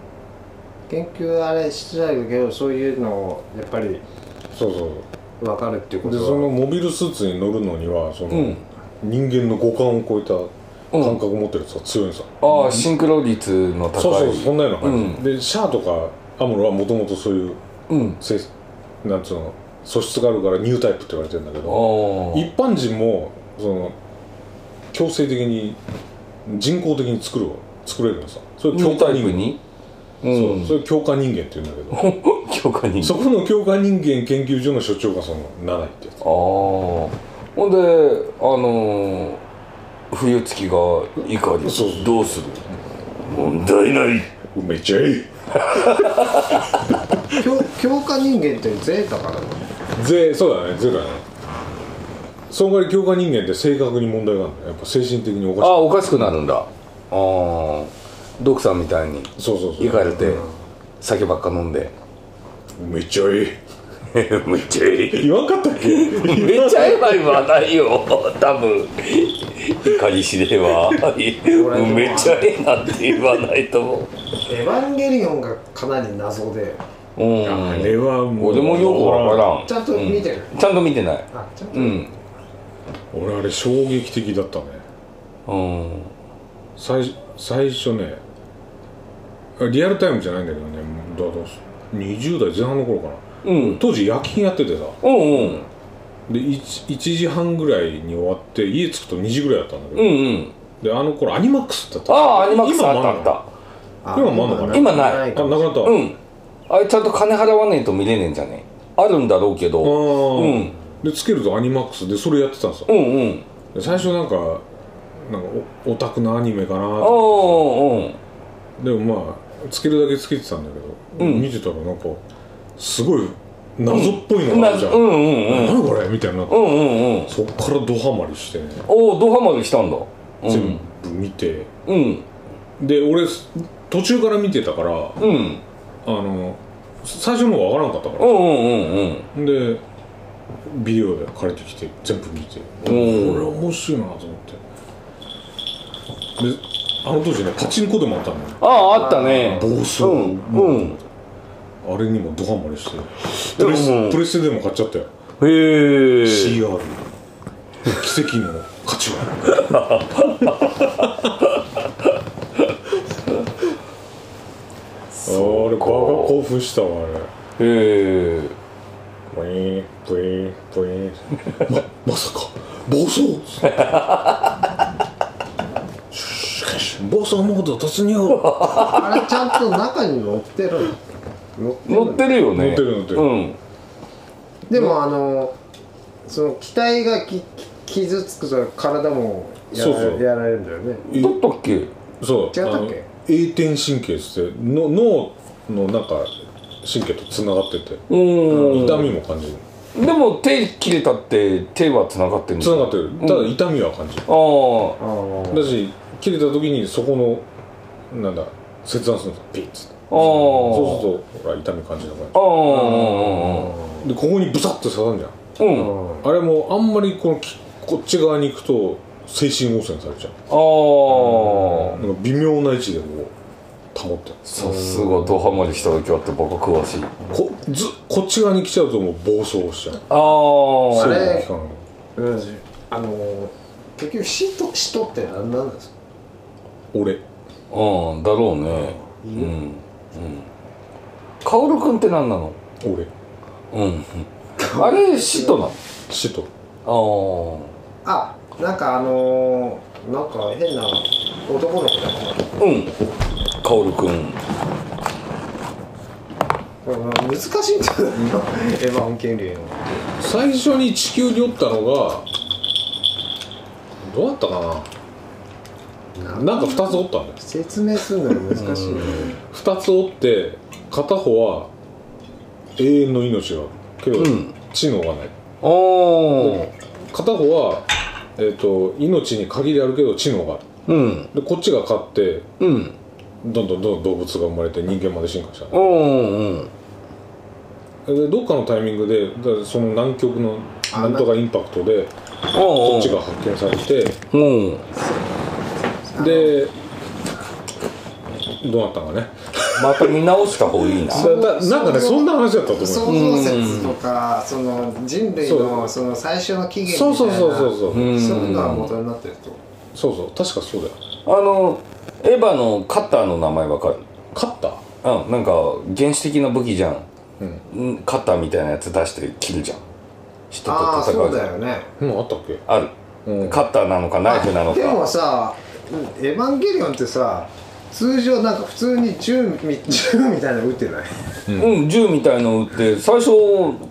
B: 研究あれしてないけどそういうのをやっぱり
C: そうそうそう
B: 分かるっていうこ
C: で
B: と
C: そ
B: は
C: のモビルスーツに乗るのにはその、
A: うん
C: 人間の五感を超えた
A: うん
C: 感覚を持ってるやつは強いんさ、
A: ああシンクロ率の高い
C: そうそうそんなような感じ、
A: う
C: でシャアとかアムロはもともとそういう
A: うん
C: 性なんつうの素質があるからニュータイプって言われてるんだけ
A: あ
C: ど
A: あ
C: 一般人もその強制的に人工的に作るわ作れるのさそれ
A: ニュ
C: 強
A: ータ
C: 化
A: イ
C: 人間
A: プにう
C: そ
A: ん
C: うそれ強化人間って言うんだけど
A: 強化人
C: そこの強化人間研究所の所長がそのナナイってやつ
A: ああほんであのー冬月が怒り
C: そうそう
A: どうする問題ない
C: めっちゃいい
B: 強強化人間ってゼータからだもんね
C: ぜそうだねゼロだねその代わり強化人間って性格に問題があるのやっぱ精神的にお
A: ああ
C: か
A: おかしくなるんだああドクさんみたいに
C: しいそうそうそう
A: 怒れて酒ばっか飲んで
C: めっちゃいい
A: めっちゃいい
C: 言わんかったっけ
A: めっちゃええわ今はないよ多分怒りしではめっちゃええなって言わないと思
B: 「エヴァンゲリオン」がかなり謎で
A: ううん
C: あれはもう
A: 俺もよくわからん
B: ちゃんと見てる、
A: ちゃんと見てない
B: あちゃんと
A: うん
C: 俺あれ衝撃的だったね
A: うん
C: 最最初ねリアルタイムじゃないんだけどねどうどう20代前半の頃かな
A: うん
C: 当時夜勤やっててさ
A: うんうん
C: で 1, 1時半ぐらいに終わって家着くと2時ぐらいだったんだけど、
A: うんうん
C: であの頃アニマックスだった
A: ああアニマックスあ
C: 今
A: っ
C: もあ
A: たあ
C: る
A: った
B: あ
C: 今もあんのかな
A: 今ない
B: な
C: あ
B: い
C: な
B: か
C: く
B: も
C: なった、
A: うんあれちゃんと金払わねえと見れねえんじゃねえあるんだろうけど
C: あ
A: う
C: ー
A: ん
C: でつけるとアニマックスでそれやってたんですよ
A: うんうん
C: で最初なんかなんかおオタクなアニメかな
A: ああ
C: と
A: うん
C: でもまあつけるだけつけてたんだけど、
A: うん
C: 見てたらなんかすごい謎っぽいのがあるじゃん、
A: うんうんうん
C: 何これみたいになって、
A: うんうんうん
C: そっからドハマりしてね
A: おおドハマりしたんだうん
C: 全部見て、
A: うん
C: で俺途中から見てたからあ
A: うん
C: の最初の方がわからんかった
A: う
C: か
A: んうんうんうん
C: らでビデオで借りてきて全部見てこ
A: うん
C: れ面白いなと思ってであの当時ねパチンコでもあったのよ
A: あああったね
C: 暴走、
A: うんうん
C: あれにもドハマりしてプ
A: でも
C: レスプレステでも買っちゃったよ、
A: へえ
C: CR 奇跡の価 値はあれバカ興奮したわあれ
A: へえ
C: プイーンプイーンプイーンままさか暴走しかし暴走モード突入乗
B: あれちゃんと中に乗ってるの乗ってる
A: 乗ってるよね
C: ってる乗ってる、
A: うん
B: でもあのその機体がき傷つくと体もやら
C: そうそう
B: やられるんだよね
A: だったっけ
C: そう
B: 違ったっけ
C: あの栄転神経っつっての脳のなんか神経とつながってて
A: うん
C: 痛みも感じる
A: でも手切れたって手は繋がってるん
C: つながってるただ痛みは感じる
A: ああ
B: ああ
C: だし切れた時にそこのなんだ切断するんですよピッつって
A: ああ
C: そうするとほら痛み感じなくなっちゃ
A: ああ
C: うでここにブサッと刺さるじゃん
A: うんあ
C: あれもあんまりこのきこっち側に行くと精神汚染されちゃ
A: あー
C: うなんか微妙な位置でこう保ってる
A: さすがドハマりした時はって僕詳しい
C: こずこっち側に来ちゃうともう暴走しちゃう
A: ああ
B: あれ
C: そういう期間が
B: うんあの結局死と死とって何なんですか
C: 俺
A: うんだろうねうんうんカオルくんって何なの
C: 俺
A: うんあれシトなの
C: 死と
A: あ
B: あなんかあのなんか変な男の子だな
A: あうんカオルくん
B: これ難しいんじゃないのエヴァンゲリオン
C: 最初に地球におったのがどうだったかななんか2つおったんだよ
B: 説明するのが難しいよね
C: 2つおって片方は永遠の命があるけど、
A: うん
C: 知能がない
A: ああ
C: 片方は、えー、と命に限りあるけど知能があ
A: うん
C: るでこっちが勝って
A: うん
C: どんどんどんどん動物が生まれて人間まで進化した
A: うんうん
C: でどっかのタイミングでだからその南極の
B: あ
C: なんとかインパクトで
A: こ
C: こっちが発見されて
A: うん
C: でどうなったんかね
A: また見直した方がいいな
C: だだなんかねそんな話だったと思う
D: 創造説とか、その人類のその最初の起源
C: そう
D: みた
C: そ
D: いうな
C: そうそうそう、
A: うん
D: そういうのが元になってると
C: そうそう確かそうだよ
A: あのエヴァのカッターの名前わかる
C: 勝った
A: うんなんか原始的な武器じゃん、
C: うん
A: うん、カッターみたいなやつ出して切るじゃん人
D: ああ
A: と戦
D: そうう
A: じゃ
D: だよ
A: ん
D: ね
C: うんあったっけ
A: ある、
C: うん
A: カッターなのかナイフなの
D: で
A: か
D: もさ「エヴァンゲリオン」ってさ通常なんか普通に銃み銃みたいなの撃ってない
A: うん銃みたいの撃って最初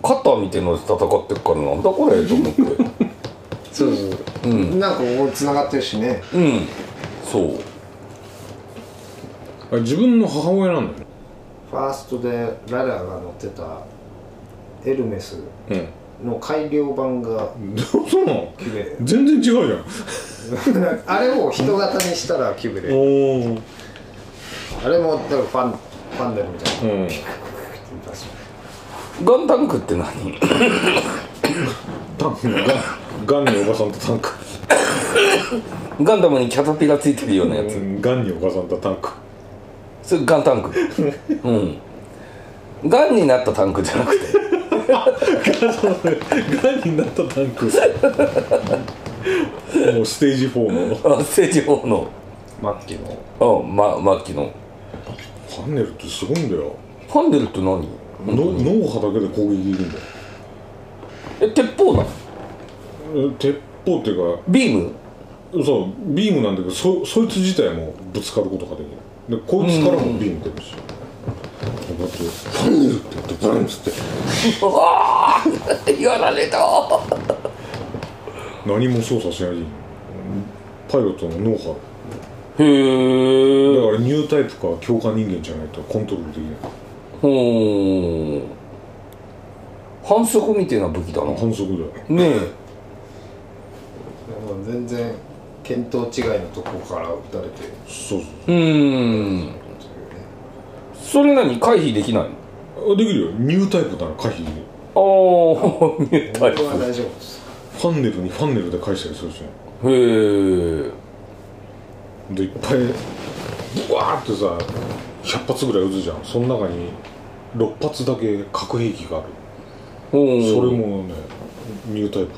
A: カッターみたいので戦ってるからなんだこれと思って
D: そうそう、なんかここつながってるしね
A: うんそう
C: あれ自分の母親なんだよ
D: ファーストでララが乗ってたエルメス
C: ね
D: の改良版が
C: うん そうなの
D: キュベ
C: 全然違うじゃん
D: レあれを人型にしたらキュベレ
C: おお
D: あれもだからファンファンダルみたいな
C: うん
A: ガンタンクって何
C: タンクのガンガンにおばさんとタンク
A: ガンダムにキャタピがついてるようなやつ、
C: うんガンにおばさんとタンク
A: それガンタンクうんガンになったタンクじゃなくて
C: ガンになったタンクもうステージ4の
A: あステージ4の
B: 末期の
A: うんま末期の
C: パネルってすごいんだよ
A: ファンデルって何
C: の脳波だけで攻撃できるんだよ
A: え鉄砲なの
C: え鉄砲っていうか
A: ビーム
C: そうビームなんだけどそそいつ自体もぶつかることができるでこいつからもビーム出るし、こうやって「パネル」って言ってバンっつって
A: うわーやられた
C: 何も操作しないでいいのパイロットの脳波
A: へえ
C: だからニュータイプか強化人間じゃないとコントロールできない
A: ほーん反則みたいな武器だなね
C: 反則だよ
A: え
D: もう全然見当違いのとこから撃たれてる
C: そう
A: うーんそれ何回避できないの
C: そうあできるよニュータイプなら回避できる
A: ああ見えた
D: こ
A: よ
D: れは大丈夫です
C: ファンネルにファンネルで返したりするしね
A: へえ
C: でいっぱいブワーってさ100発ぐらい撃つじゃんその中に6発だけ核兵器がある
A: それ
C: それもねニュータイプはね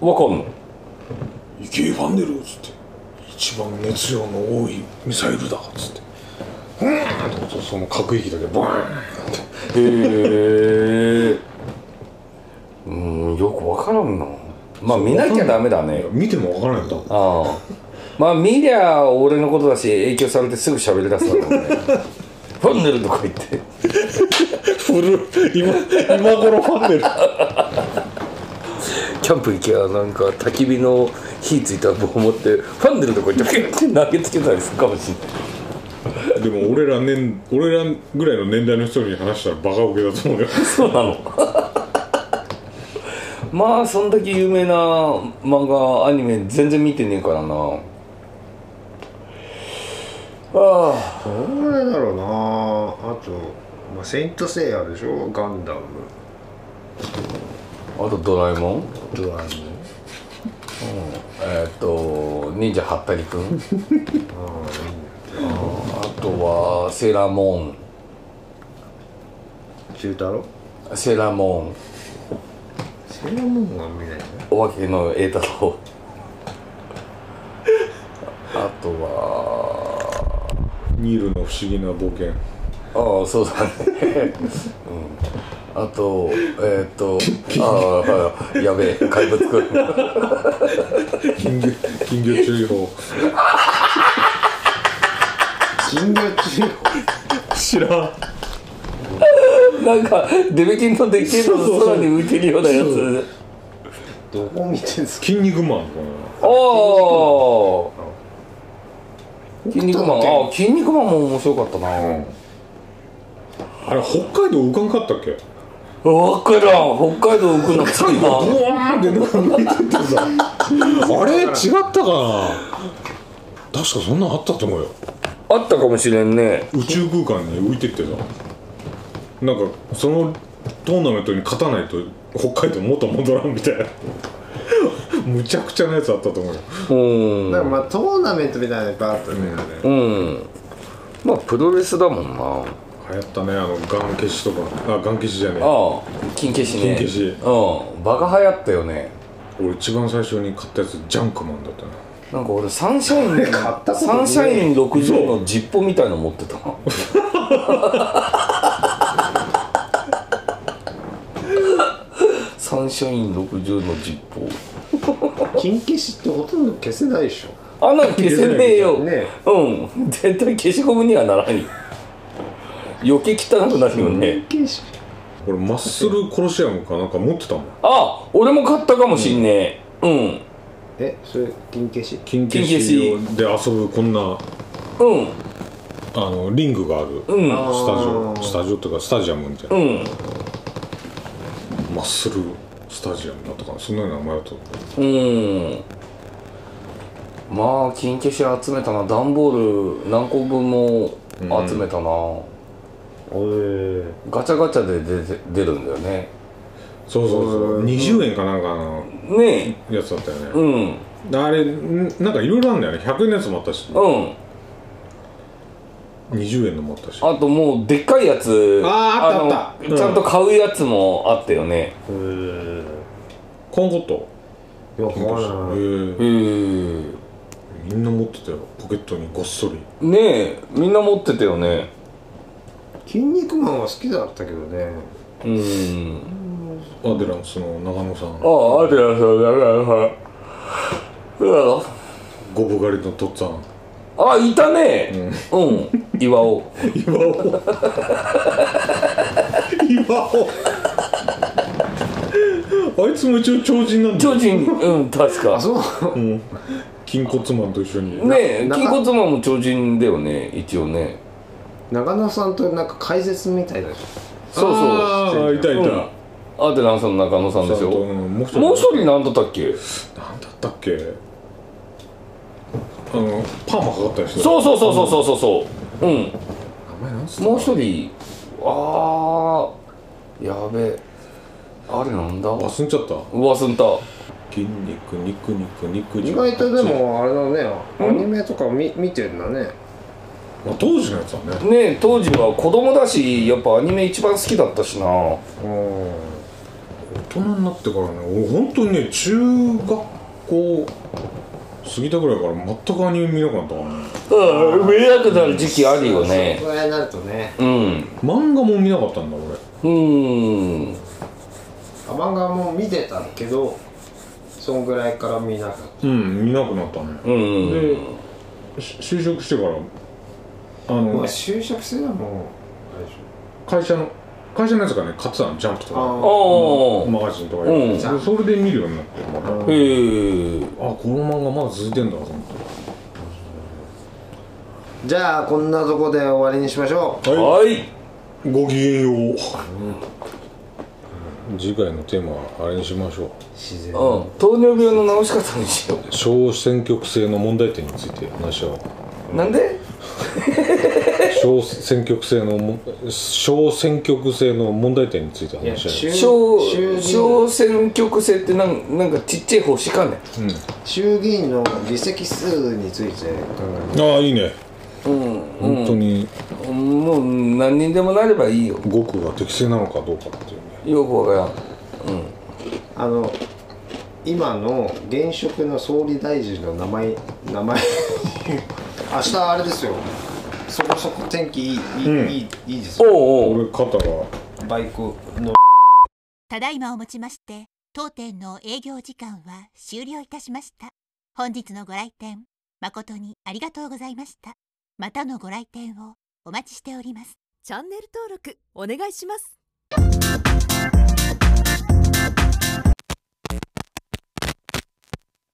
A: わかんの
C: 「いけファンネル」っつって「一番熱量の多いミサイルだ」っつって「うん!」ってことその核兵器だけバーンって
A: へえうんよくわからんなまあ見なきゃダメだ
C: い
A: ね
C: や見てもわからないよ多分
A: ああまあ見りゃ俺のことだし影響されてすぐ喋り出すだろうねファンネルとか言って
C: 古い 今今頃ファンネル
A: キャンプ行きゃなんか焚き火の火ついた棒持ってファンネルとか言ってピュッて投げつけたりするかもしれない
C: でも俺ら年俺らぐらいの年代の人に話したらバカウケだと思うよ
A: そうなの まあそんだけ有名な漫画アニメ全然見てねえからなあ
B: どんぐらいだろうなあと、まあ、セイントセイヤでしょガンダム
A: ああとドラえもん
B: ドラえ
A: えーっと忍者ハッタリくんあーあとはセーラーモ
B: もん中太郎
A: ンセーラーモン
B: セイラームーンは見ないね
A: お化けの栄太郎あとは
C: ニールの不思議な冒険
A: ああそうだね、うん、あとえーっとああやべえ怪物くん
C: 金魚金魚注意報
D: 金魚中
C: 知らん
A: なんかデベキンのデッキの空に浮いてるようなやつ
D: どこ見てんすか
C: 筋肉マンか
A: おー筋肉マンああ筋肉マンも面白かったな、
C: なあれ北海道浮かんかったっけ
A: わからん北海道行くの
C: 最後ブワーンってなんか見ててさあれ違ったかな確かそんなんあったと思うよ
A: あったかもしれんね
C: 宇宙空間に浮いてってさなんかそのトーナメントに勝たないと北海道元戻らんみたいなむちゃくちゃなやつあったと思うよ
A: うん
D: だからまあトーナメントみたいなのいっぱいあったね、
A: うんまあプロレスだもんなあ
C: 流行ったねあのガン消しとかあガン消しじゃねえ
A: あ金消し
C: 金
A: ね
C: 消し
A: うんバカ流行ったよね
C: 俺一番最初に買ったやつジャンクマンだったな
A: なんか俺サンシャイ ン
B: 買ったことねえ
A: サンシャイン60のジッポみたいの持って たなサンシャイン60のジッポ
B: 金消しってほとんど消せないでしょ
A: あんなの消せねえよ、
B: ね
A: うん絶対消しゴムにはならんよ余計汚くなるよね、
B: 金消し
C: 俺マッスルコロシアムかなんか持ってたもん
A: あ俺も買ったかもしんねえうん、
B: えそれ金消し
C: 金消しで遊ぶこんな
A: うん
C: あのリングがある、
A: うん
C: スタジオスタジオとかスタジアムみたいな、
A: うん
C: マッスルスタジアムだったかなそんなような名前だと
A: うんまあ金消し集めたな段ボール何個分も集めたな、
B: お
A: ガチャガチャで出て出るんだよね
C: そうそうそう20円かなんかの
A: ね
C: やつだったよね
A: え、うん
C: あれんなんかいろいろあるんだよね100円のやつもあったし
A: うん
C: 20円のもあったし
A: あともうでっかいやつ
C: あーあったあった
A: の
C: うん
A: ちゃんと買うやつもあったよね
B: えー
C: こんこと
B: いやわか
C: へ
B: んない
C: え
A: うん
C: みんな持ってたよポケットにごっそり
A: ねえみんな持ってたよね
B: 筋肉マンは好きだったけどね
A: うん
C: アデランスの長野さん
A: あああるやつだからうわ
C: ゴブ狩りのとっつぁん
A: あいたねうん、岩尾
C: 岩尾 岩尾あいつも一応超人なんだ
A: 巨
C: よ
A: 人うん確か
B: あ そう
C: 筋骨マンと一緒に
A: ねえ
B: な
A: 筋骨マンも超人だよね一応ね
B: 長野さんとなんか解説みたいだし
A: そうそう
C: あーいたいた、
A: うんアーテナンさんの中野さんでしょ
C: う
A: も
C: んもう一人
A: う一人何だったっけ
C: なんだったっけあのパーマかかったりして
A: そう
C: う
A: そうそうそうそうそうそううん
C: 名前なんすか
A: もう一人あーやべえあれなんだ
C: 忘れちゃった
A: 忘んた
C: 筋肉肉肉肉
B: 意外とでもあれだねアニメとか見見てんだね
C: まあ、当時のやつはね
A: ねえ当時は子供だしやっぱアニメ一番好きだったしな
B: うん
C: 大人になってからね俺本当にね中学校過ぎたぐらいから全くアニメ見なくなったからね
A: うん見えなくなる時期あるよね
B: それぐらいになるとね
A: うん
C: 漫画も見なかったんだ俺
A: うん
B: 漫画も見てたけどそんぐらいから見なかっ
C: うん見なくなったね
A: うん
C: でし就職してからあ
B: た、ま
C: の
B: あ、就職するのもあれでし
C: 会社の会社のやつがね買ってたのジャンプと
B: ょあ
C: か
A: あ
B: ー
A: あ
C: マガジンとかいう
A: う
C: で
A: ん
C: それで見るようになってまたあ
A: へえ
C: この漫画まだ続いてんだと思って
B: じゃあこんなとこで終わりにしましょう
A: はい
C: ごきげんよう次回のテーマはあれにしましょう
B: 自然
A: うん、糖尿病の治し方にしよ
C: 小選挙区制の問題点について話し合おう
A: うなんで
C: 小選挙区制のも小選挙区制の問題点について
B: いや
C: 話し合
B: 衆
A: 小
B: 衆議院
A: 小選挙区制ってなんなんかちっちゃい星かね
C: おう、
B: 衆議院の議席数について考え
C: うん、ああいいね
A: うん
C: 本当に
A: もう何人でもなればいいよ
C: 語句が適正なのかどうかっていうね
A: よくわか
B: あの今の現職の総理大臣の名前名前明日あれですよそこそこ天気いいいい、いいいいです
A: らん
B: よ
A: おうおう
C: 俺肩が
B: バイクの
E: ただいまをもちまして当店の営業時間は終了いたしました本日のご来店誠にありがとうございましたまたのご来店をお待ちしております
F: チャンネル登録お願いします